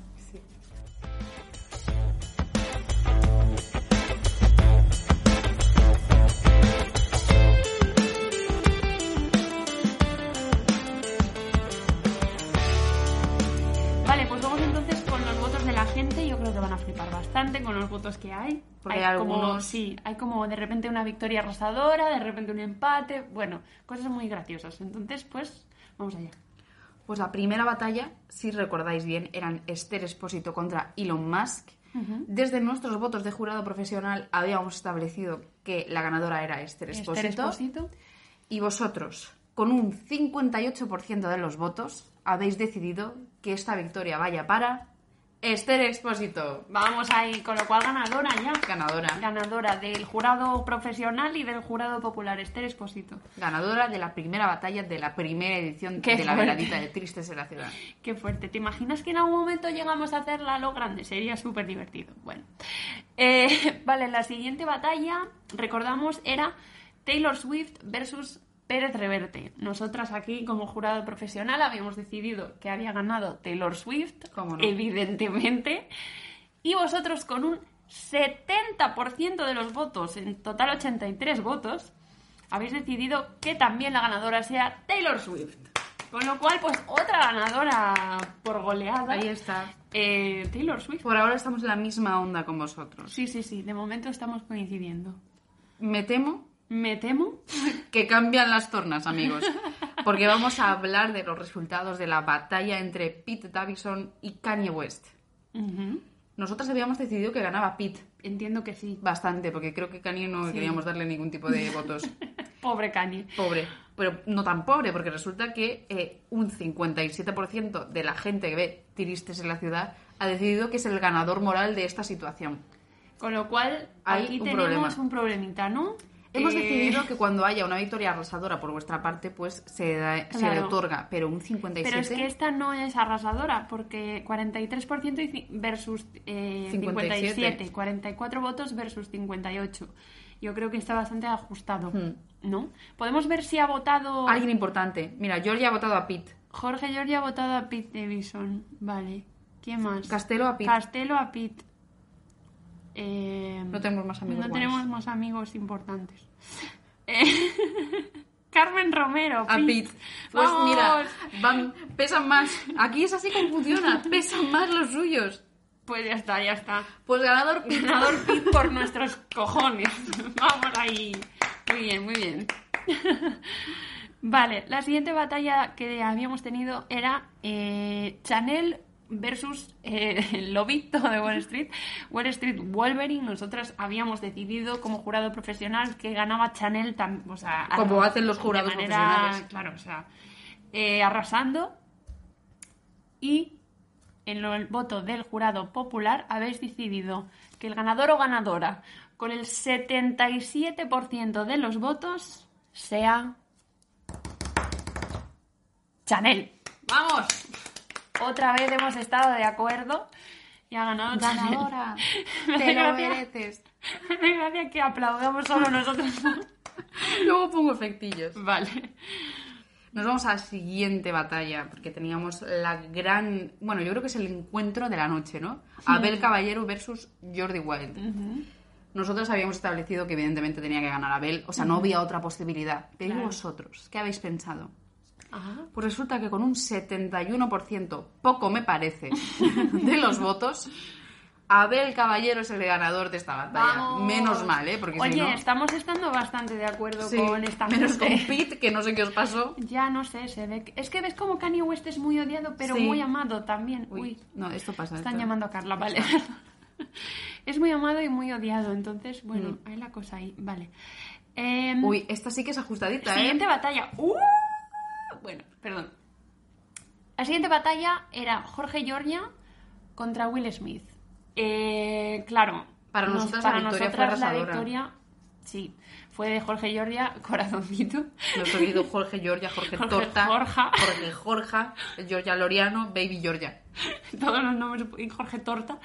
A: Vale, pues vamos entonces con los votos de la gente. Yo creo que van a flipar bastante con los votos que hay.
B: Porque
A: hay
B: hay
A: como,
B: algunos-
A: sí, hay como de repente una victoria arrasadora, de repente un empate, bueno, cosas muy graciosas. Entonces, pues, vamos allá.
B: Pues la primera batalla, si recordáis bien, eran Esther Espósito contra Elon Musk. Desde nuestros votos de jurado profesional habíamos establecido que la ganadora era Esther
A: Esther
B: Espósito.
A: Expósito.
B: Y vosotros, con un 58% de los votos, habéis decidido que esta victoria vaya para Esther Expósito,
A: Vamos ahí, con lo cual ganadora ya.
B: ganadora.
A: Ganadora del jurado profesional y del jurado popular, Esther Esposito.
B: Ganadora de la primera batalla de la primera edición
A: Qué
B: de la
A: fuerte.
B: veladita de Tristes en la Ciudad.
A: Qué fuerte. ¿Te imaginas que en algún momento llegamos a hacerla a lo grande? Sería súper divertido. Bueno. Eh, [LAUGHS] vale, la siguiente batalla, recordamos, era Taylor Swift versus Pérez Reverte. Nosotras aquí, como jurado profesional, habíamos decidido que había ganado Taylor Swift,
B: Cómo no.
A: evidentemente. Y vosotros con un 70% de los votos, en total 83 votos, habéis decidido que también la ganadora sea Taylor Swift. Con lo cual, pues otra ganadora por goleada.
B: Ahí está.
A: Eh, Taylor Swift.
B: Por ahora estamos en la misma onda con vosotros.
A: Sí, sí, sí, de momento estamos coincidiendo.
B: Me temo
A: Me temo.
B: que cambian las
A: [LAUGHS]
B: tornas, amigos. Porque vamos a hablar de los resultados de la batalla entre Pete Davidson y Kanye West.
A: Ujú.
B: Nosotras habíamos decidido que ganaba Pete
A: Entiendo que sí.
B: bastante, porque creo que Kanye no queríamos darle ningún tipo de
A: [LAUGHS]
B: votos.
A: [LAUGHS] Pobre Kanye.
B: Pobre. Pero no tan pobre, porque resulta que eh, un 57% de la gente que ve Tristes en la ciudad ha decidido que es el ganador moral de esta situación.
A: Con lo cual,
B: Hay
A: aquí
B: un
A: tenemos
B: problema.
A: un problemita, ¿no?
B: Hemos
A: Eh,
B: decidido que cuando haya una victoria arrasadora por vuestra parte, pues se, da- se le
A: Claro.
B: otorga, pero un 57...
A: Pero es que esta no es arrasadora, porque 43% y ci- versus eh,
B: 57.
A: 57. 44 votos versus 58. Yo creo que está bastante ajustado, ¿no? Podemos ver si ha votado...
B: Hmm. Alguien importante. Mira, Georgia ha votado a Pete.
A: Jorge Giorgi ha votado a Pete Davidson. Vale. ¿Quién más?
B: Castelo a Pete.
A: Castelo a Pit. Eh,
B: No tenemos más amigos
A: No
B: guays.
A: tenemos más amigos importantes. [LAUGHS] Eh, [LAUGHS] Carmen Romero.
B: a
A: Pete.
B: Pete. Pues
A: ¡Vamos!
B: mira, van, pesan más. Aquí es así como
A: [LAUGHS]
B: funciona. Pesan más los suyos.
A: Pues ya está, ya está.
B: Pues
A: [LAUGHS]
B: ganador Pete.
A: Ganador Pete por nuestros cojones. [LAUGHS] Vamos ahí. Muy bien, muy bien. Vale, la siguiente batalla que habíamos tenido era eh, Chanel versus eh, [LAUGHS] el lobito de Wall Street. Wall Street Wolverine, nosotras habíamos decidido como jurado profesional que ganaba Chanel tam- o sea, a-
B: Como hacen los jurados
A: de manera-
B: profesionales.
A: Claro, o sea, eh, arrasando. Y en lo- el voto del jurado popular habéis decidido que el ganador o ganadora con el 77% de los votos sea Chanel.
B: ¡Vamos!
A: Otra vez hemos estado de acuerdo y ha ganado Chanel.
B: Ganadora.
A: [LAUGHS] Me hace
B: Te lo
A: gracia.
B: mereces.
A: Me hace gracia que aplaudamos solo nosotros.
B: Luego pongo efectillos.
A: [LAUGHS] vale.
B: Nos vamos a la siguiente batalla, porque teníamos la gran... Bueno, yo creo que es el encuentro de la noche, ¿no? Abel Caballero versus Jordi Wild. Nosotros habíamos establecido que evidentemente tenía que ganar Abel, o sea, no había otra posibilidad. Pero ¿y
A: Claro.
B: vosotros, ¿qué habéis pensado?
A: Ah,
B: Pues resulta que con un 71%, poco me
A: [LAUGHS]
B: parece, de los votos, Abel Caballero es el ganador de esta batalla.
A: Vamos.
B: Menos mal, ¿eh? Porque
A: Oye,
B: si no...
A: estamos estando bastante de acuerdo
B: Sí,
A: con esta
B: menos con
A: gente.
B: Pete, que no sé qué os pasó.
A: Ya no sé, se ve. que- Es que ves como Kanye West es muy odiado, pero
B: Sí.
A: muy amado también. Uy,
B: Uy, no, esto pasa.
A: están
B: esto-
A: llamando a Carla, vale. [LAUGHS] es muy amado y muy odiado, entonces, bueno, hay la cosa ahí, vale. Em,
B: Uy, esta sí que es ajustadita,
A: Siguiente
B: ¿eh?
A: batalla. ¡Uh! Bueno, perdón. La siguiente batalla era Jorge Giorgia contra Will Smith. Eh, claro.
B: Para
A: nos-
B: nosotras la
A: para
B: victoria fue
A: nosotras la
B: arrasadora.
A: victoria, sí, fue fue de Jorge Giorgia, [LAUGHS] corazoncito.
B: Nuestro querido Jorge Giorgia, Jorge,
A: Jorge
B: Torta,
A: Jorja.
B: Jorge Jorja, Giorgia Loriano, Baby Giorgia.
A: todos los nombres y Jorge Torta.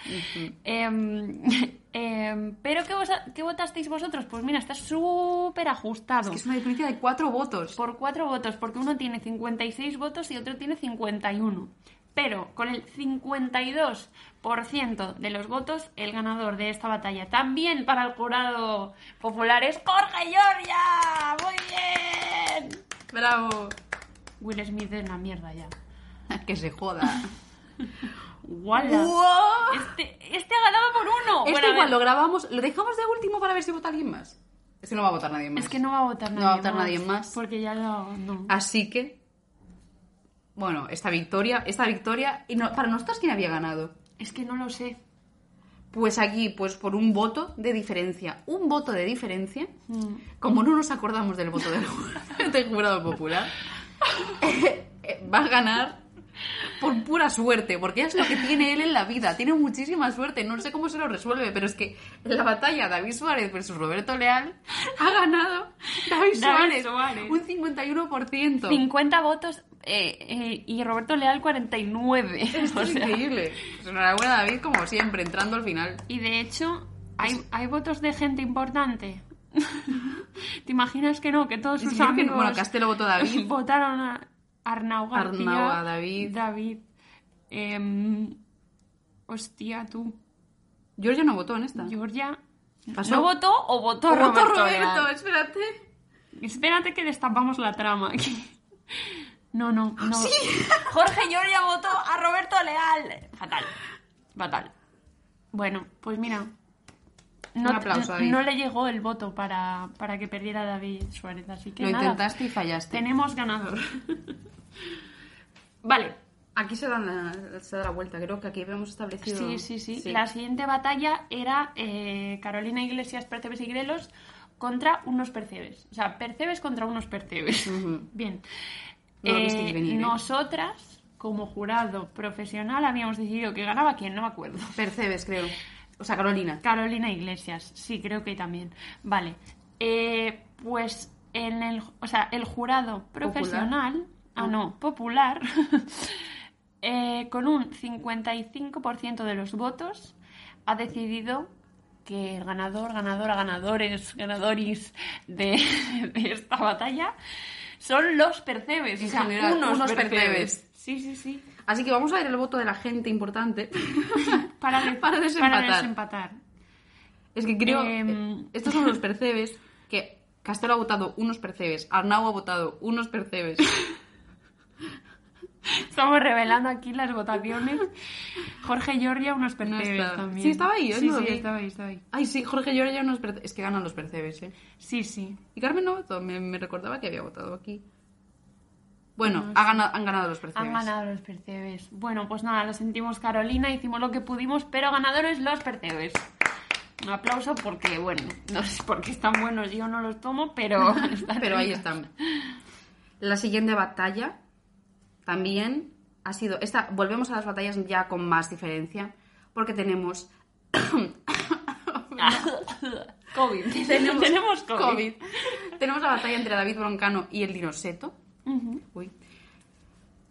A: Em, [LAUGHS] em, ¿Pero qué, vos- qué votasteis vosotros? Pues mira, está súper ajustado.
B: Es una diferencia de cuatro votos.
A: Por cuatro votos, porque uno tiene 56 votos y otro tiene 51. Pero con el 52% de los votos, el ganador de esta batalla también para el jurado popular es Jorge Giorgia. ¡Muy bien!
B: ¡Bravo!
A: Will Smith es la mierda ya.
B: [LAUGHS] Que se joda.
A: ¡Wala!
B: ¡Wow!
A: Este, este ha ganado por uno.
B: Esto
A: Bueno, a ver,
B: igual lo grabamos, lo dejamos de último para ver si vota alguien más. Es que no va a votar nadie más.
A: Es que no va a votar nadie
B: No va a votar
A: más,
B: nadie más. Ah.
A: Porque ya lo- no.
B: Así que, bueno, esta victoria, esta victoria, y no, para nosotros quién había ganado.
A: Es que no lo sé.
B: Pues aquí, pues por un voto de diferencia, un voto de diferencia,
A: Mm.
B: como no nos acordamos del voto del, ju- del [LAUGHS] jurado popular, eh, eh, va a ganar por pura suerte, porque es lo que tiene él en la vida, tiene muchísima suerte, no sé cómo se lo resuelve, pero es que en la batalla David Suárez versus Roberto Leal ha ganado David,
A: David
B: Suárez,
A: Suárez.
B: un 51%.
A: 50 votos eh, eh, y Roberto Leal 49. [LAUGHS]
B: Esto
A: O
B: es
A: sea,
B: increíble. Pues enhorabuena David, como siempre, entrando al final.
A: Y de hecho, hay,
B: Pues-
A: hay votos de gente importante. [LAUGHS] ¿Te imaginas que no? Que todos
B: Yo
A: sus
B: creo que-
A: amigos
B: bueno, Castelo votó a David.
A: [LAUGHS] votaron a Arnau García.
B: Arnau, a David.
A: David. Em, hostia, tú.
B: Giorgio no votó en esta.
A: Georgia.
B: Ah. Pasó.
A: ¿No votó o votó
B: Roberto,
A: Roberto,
B: Roberto,
A: Leal?
B: espérate.
A: Espérate que destapamos la trama. aquí. No, no, no. [LAUGHS] Jorge Giorgia votó a Roberto Leal. Fatal. Fatal. Bueno, pues mira. No,
B: Un aplauso,
A: no-
B: David.
A: no le llegó el voto para, para que perdiera David Suárez, así que
B: Lo
A: nada,
B: intentaste y fallaste.
A: tenemos ganador. [LAUGHS] vale,
B: Aquí se, dan la, se da la vuelta, creo que aquí habíamos establecido.
A: sí, sí, sí, La siguiente batalla era eh, Carolina Iglesias, Percebes y Grelos contra unos Percebes. O sea, Percebes contra unos Percebes.
B: Ujú.
A: Bien.
B: No lo visteis venir, ¿eh?
A: Nosotras, como jurado profesional, habíamos decidido que ganaba quien, no me acuerdo.
B: Percebes, creo. O sea, Carolina.
A: Carolina Iglesias, sí, creo que también. Vale. Eh, pues en el, o sea, el jurado profesional, ah, no, popular, [LAUGHS] eh, con un 55% de los votos, ha decidido que el ganador, ganadora, ganadores, ganadoris de, [LAUGHS] de esta batalla son los percebes.
B: En
A: o sea,
B: general, unos percebes.
A: Sí, sí, sí.
B: Así que vamos a ver el voto de la gente importante. [LAUGHS]
A: Para, de-
B: Para desempatar.
A: Para desempatar.
B: es que creo.
A: Em.
B: eh, estos son los percebes que Castelo ha votado unos percebes, Arnau ha votado
A: [LAUGHS]
B: unos percebes.
A: Estamos revelando aquí las votaciones. Jorge Giorgia, unos percebes
B: estaba.
A: también.
B: Sí, estaba ahí, yo
A: Sí,
B: no lo
A: sí,
B: vi.
A: estaba ahí, estaba ahí.
B: Ay, sí, Jorge Llorella unos percebes. Es que ganan los percebes, ¿eh?
A: Sí, sí.
B: Y Carmen no votó, me, me recordaba que había votado aquí. Bueno, ha ganado- han ganado los percebes.
A: Han ganado los percebes. Bueno, pues nada, lo sentimos Carolina, hicimos lo que pudimos, pero ganadores los percebes. Un aplauso porque, bueno, no sé por qué están buenos, yo no los tomo,
B: [LAUGHS]
A: pero... [LAUGHS] están
B: Pero ahí
A: ricos.
B: están. La siguiente batalla también ha sido. Esta, volvemos a las batallas ya con más diferencia, porque tenemos.
A: [COUGHS] COVID.
B: [LAUGHS] tenemos,
A: Tenemos COVID.
B: Tenemos la batalla entre David Broncano y el Dinoseto.
A: Ujú.
B: Uy.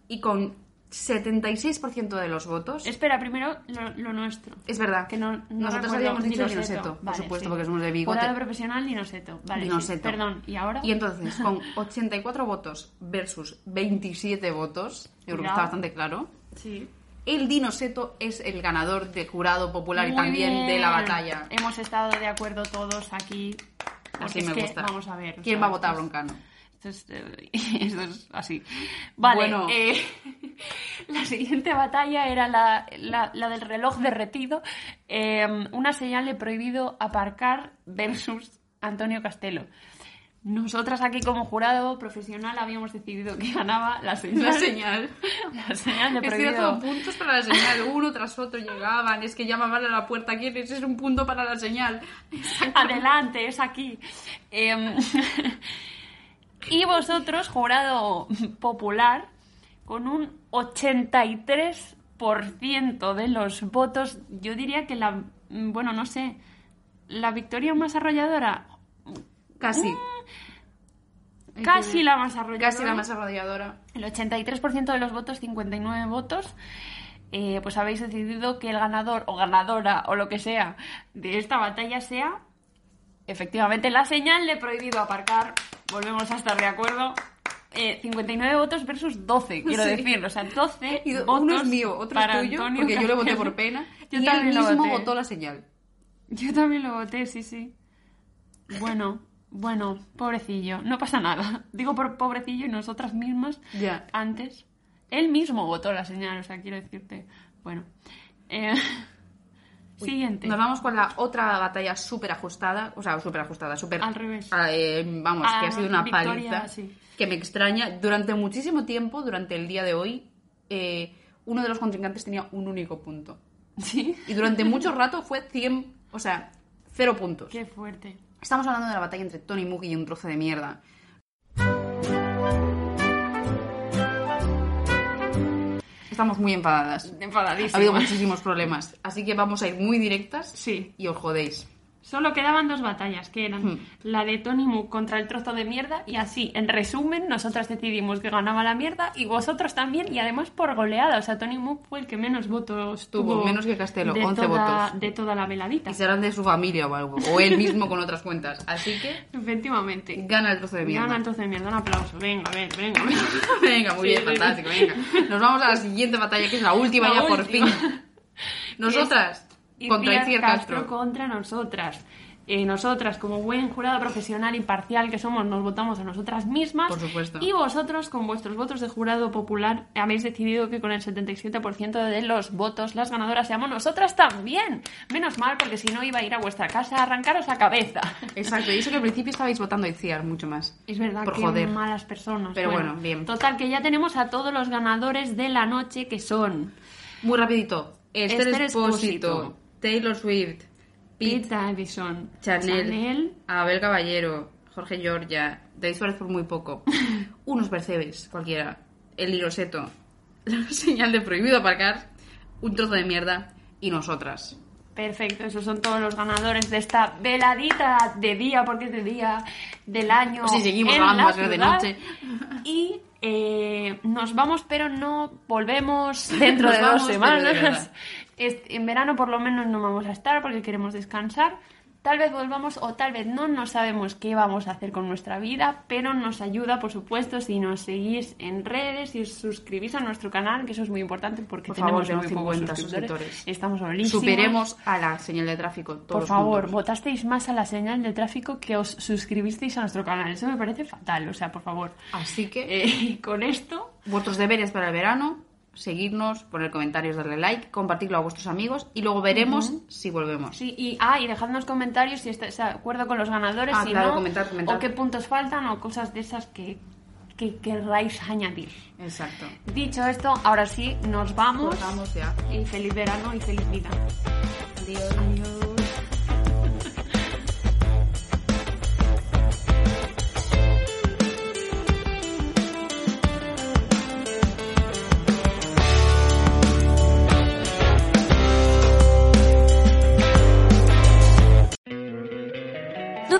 B: Y con 76% de los votos. Es,
A: Espera, primero lo, lo nuestro.
B: verdad.
A: Que no, no
B: Nosotros
A: recuerdo.
B: habíamos dicho Dinoseto, por
A: Vale,
B: supuesto,
A: sí.
B: porque somos de bigote.
A: Jurado profesional, Dinoseto. Vale, sí.
B: Dinoseto.
A: Perdón, ¿y ahora?
B: Y entonces, con 84 votos versus 27 votos, yo creo que
A: Cuidado.
B: está bastante claro,
A: [LAUGHS] Sí.
B: el Dinoseto es el ganador de jurado popular y también de la batalla.
A: Hemos estado de acuerdo todos aquí. Eh, porque
B: Así
A: es
B: me
A: que,
B: gusta.
A: vamos a ver. o
B: ¿Quién
A: sea,
B: va a votar a
A: esto es- [LAUGHS]
B: Broncano?
A: Esto es, eh, esto es así. Vale,
B: Bueno.
A: eh, [LAUGHS] la siguiente batalla era la, la- la del reloj derretido. Eh, una señal de prohibido aparcar versus Antonio Castelo. Nosotras aquí como jurado profesional habíamos decidido que ganaba la señal,
B: La señal.
A: [LAUGHS] la señal de
B: Es
A: prohibido.
B: cierto, puntos para la señal, uno tras otro llegaban, es que llamaban a la puerta, ¿quién es? Es un punto para
A: [LAUGHS]
B: la señal.
A: Adelante, es aquí. Em, [LAUGHS] y vosotros, jurado popular, con un 83% de los votos, yo diría que la, bueno, no sé, la victoria más arrolladora,
B: Casi.
A: Mm, casi la más arrolladora.
B: Casi la más arrolladora.
A: El 83% de los votos, 59 votos. eh, pues habéis decidido que el ganador o ganadora o lo que sea de esta batalla sea efectivamente la señal de prohibido aparcar. Volvemos a estar de acuerdo. Eh, 59 votos versus 12, quiero
B: Sí.
A: decir. O sea, 12
B: Y do-
A: votos
B: uno es mío, otro es
A: para
B: tuyo,
A: Antonio
B: porque yo lo voté
A: Castells.
B: por pena.
A: [LAUGHS] Yo
B: y él
A: también lo
B: mismo
A: voté.
B: votó la señal.
A: Yo también lo voté, sí, sí. Bueno, bueno, pobrecillo, no pasa nada. [LAUGHS] Digo por pobrecillo y nosotras mismas
B: Ya.
A: antes. Él mismo votó la señal, o sea, quiero decirte. Bueno. Eh, [LAUGHS] siguiente.
B: Nos vamos con la otra batalla súper ajustada, o sea, súper ajustada, súper...
A: Al revés.
B: Ah, eh, vamos, que
A: Ah,
B: ha sido una
A: victoria,
B: paliza
A: sí.
B: que me extraña. Durante muchísimo tiempo, durante el día de hoy, eh, uno de los contrincantes tenía un único punto.
A: [LAUGHS] Sí.
B: Y durante mucho rato fue 100, o sea, cero puntos.
A: Qué fuerte.
B: Estamos hablando de la batalla entre Tony Mook y un trozo de mierda. Estamos muy enfadadas. Ha
A: Enfadadísimo.
B: habido muchísimos problemas. Así que vamos a ir muy directas
A: Sí.
B: y os jodéis.
A: Solo quedaban dos batallas, que eran
B: Hmm.
A: la de Tony Mook contra el trozo de mierda, y así, en resumen, nosotras decidimos que ganaba la mierda, y vosotros también, y además por goleada. O sea, Tony Mook fue el que menos votos
B: Tuvo,
A: tuvo.
B: menos que Castelo,
A: de
B: 11
A: toda-
B: votos.
A: De toda la veladita.
B: Y serán de su familia o algo. O él mismo con otras cuentas. Así que
A: Efectivamente.
B: gana el trozo de mierda.
A: Gana el trozo de mierda, un aplauso. Venga, a ver, venga, venga.
B: [LAUGHS] Venga, muy bien,
A: Sí, sí,
B: fantástico,
A: sí.
B: venga. Nos vamos a la siguiente batalla, que es la última
A: La
B: ya
A: última.
B: por fin. Nosotras
A: Y
B: contra
A: Pilar
B: Iciar Castro.
A: contra nosotras. Eh, nosotras, como buen jurado profesional y parcial que somos, nos votamos a nosotras mismas.
B: Por supuesto.
A: Y vosotros, con vuestros votos de jurado popular, habéis decidido que con el 77% de los votos, las ganadoras seamos nosotras también. Menos mal, porque si no iba a ir a vuestra casa a arrancaros la cabeza. [LAUGHS]
B: Exacto, y eso que al principio estabais votando a Iciar mucho más.
A: Es verdad
B: Por
A: que
B: joder.
A: malas personas.
B: Pero bueno, bien.
A: Total, que ya tenemos a todos los ganadores de la noche, que son...
B: Muy rapidito. Esther,
A: Esther
B: Espósito,
A: Espósito,
B: Taylor Swift, Pete,
A: Pete Davidson,
B: Chanel,
A: Chanel
B: Abel Caballero, Jorge Giorgia, David Suárez por muy
A: [LAUGHS]
B: poco, unos percebes cualquiera, el liroseto, la [LAUGHS] señal de prohibido aparcar, un trozo de mierda y nosotras.
A: Perfecto, esos son todos los ganadores de esta veladita de día, porque es de día, del año.
B: Pues Sí, seguimos
A: en
B: grabando,
A: la
B: va a ser de
A: ciudad.
B: noche.
A: Y eh, nos vamos, pero no
B: [LAUGHS]
A: volvemos dentro
B: Nos
A: de dos
B: vamos, pero de
A: semanas.
B: verdad.
A: Este- en verano, por lo menos, no vamos a estar porque queremos descansar. Tal vez volvamos o tal vez no, no sabemos qué vamos a hacer con nuestra vida, pero nos ayuda, por supuesto, si nos seguís en redes, si os suscribís a nuestro canal, que eso es muy importante porque
B: Por favor,
A: tenemos
B: tenemos
A: muy pocos
B: 50
A: suscriptores.
B: suscriptores.
A: Estamos solísimos.
B: Superemos a la señal de tráfico. Todos
A: Por favor,
B: juntos.
A: votasteis más a la señal de tráfico que os suscribisteis a nuestro canal. Eso me parece fatal, o sea, por favor.
B: Así que
A: Eh, [LAUGHS] con esto,
B: vuestros deberes para el verano, seguirnos, poner comentarios, darle like, compartirlo a vuestros amigos y luego veremos si volvemos.
A: sí, y, ah, y dejadnos comentarios si estáis de acuerdo con los ganadores,
B: Ah,
A: si
B: claro,
A: no,
B: comentad, comentad.
A: o qué puntos faltan, o cosas de esas que, que querráis añadir.
B: Exacto.
A: Dicho esto, ahora sí, nos vamos.
B: Cortamos ya.
A: Y feliz verano y feliz vida.
B: Adiós.
A: Adiós.
C: ¿No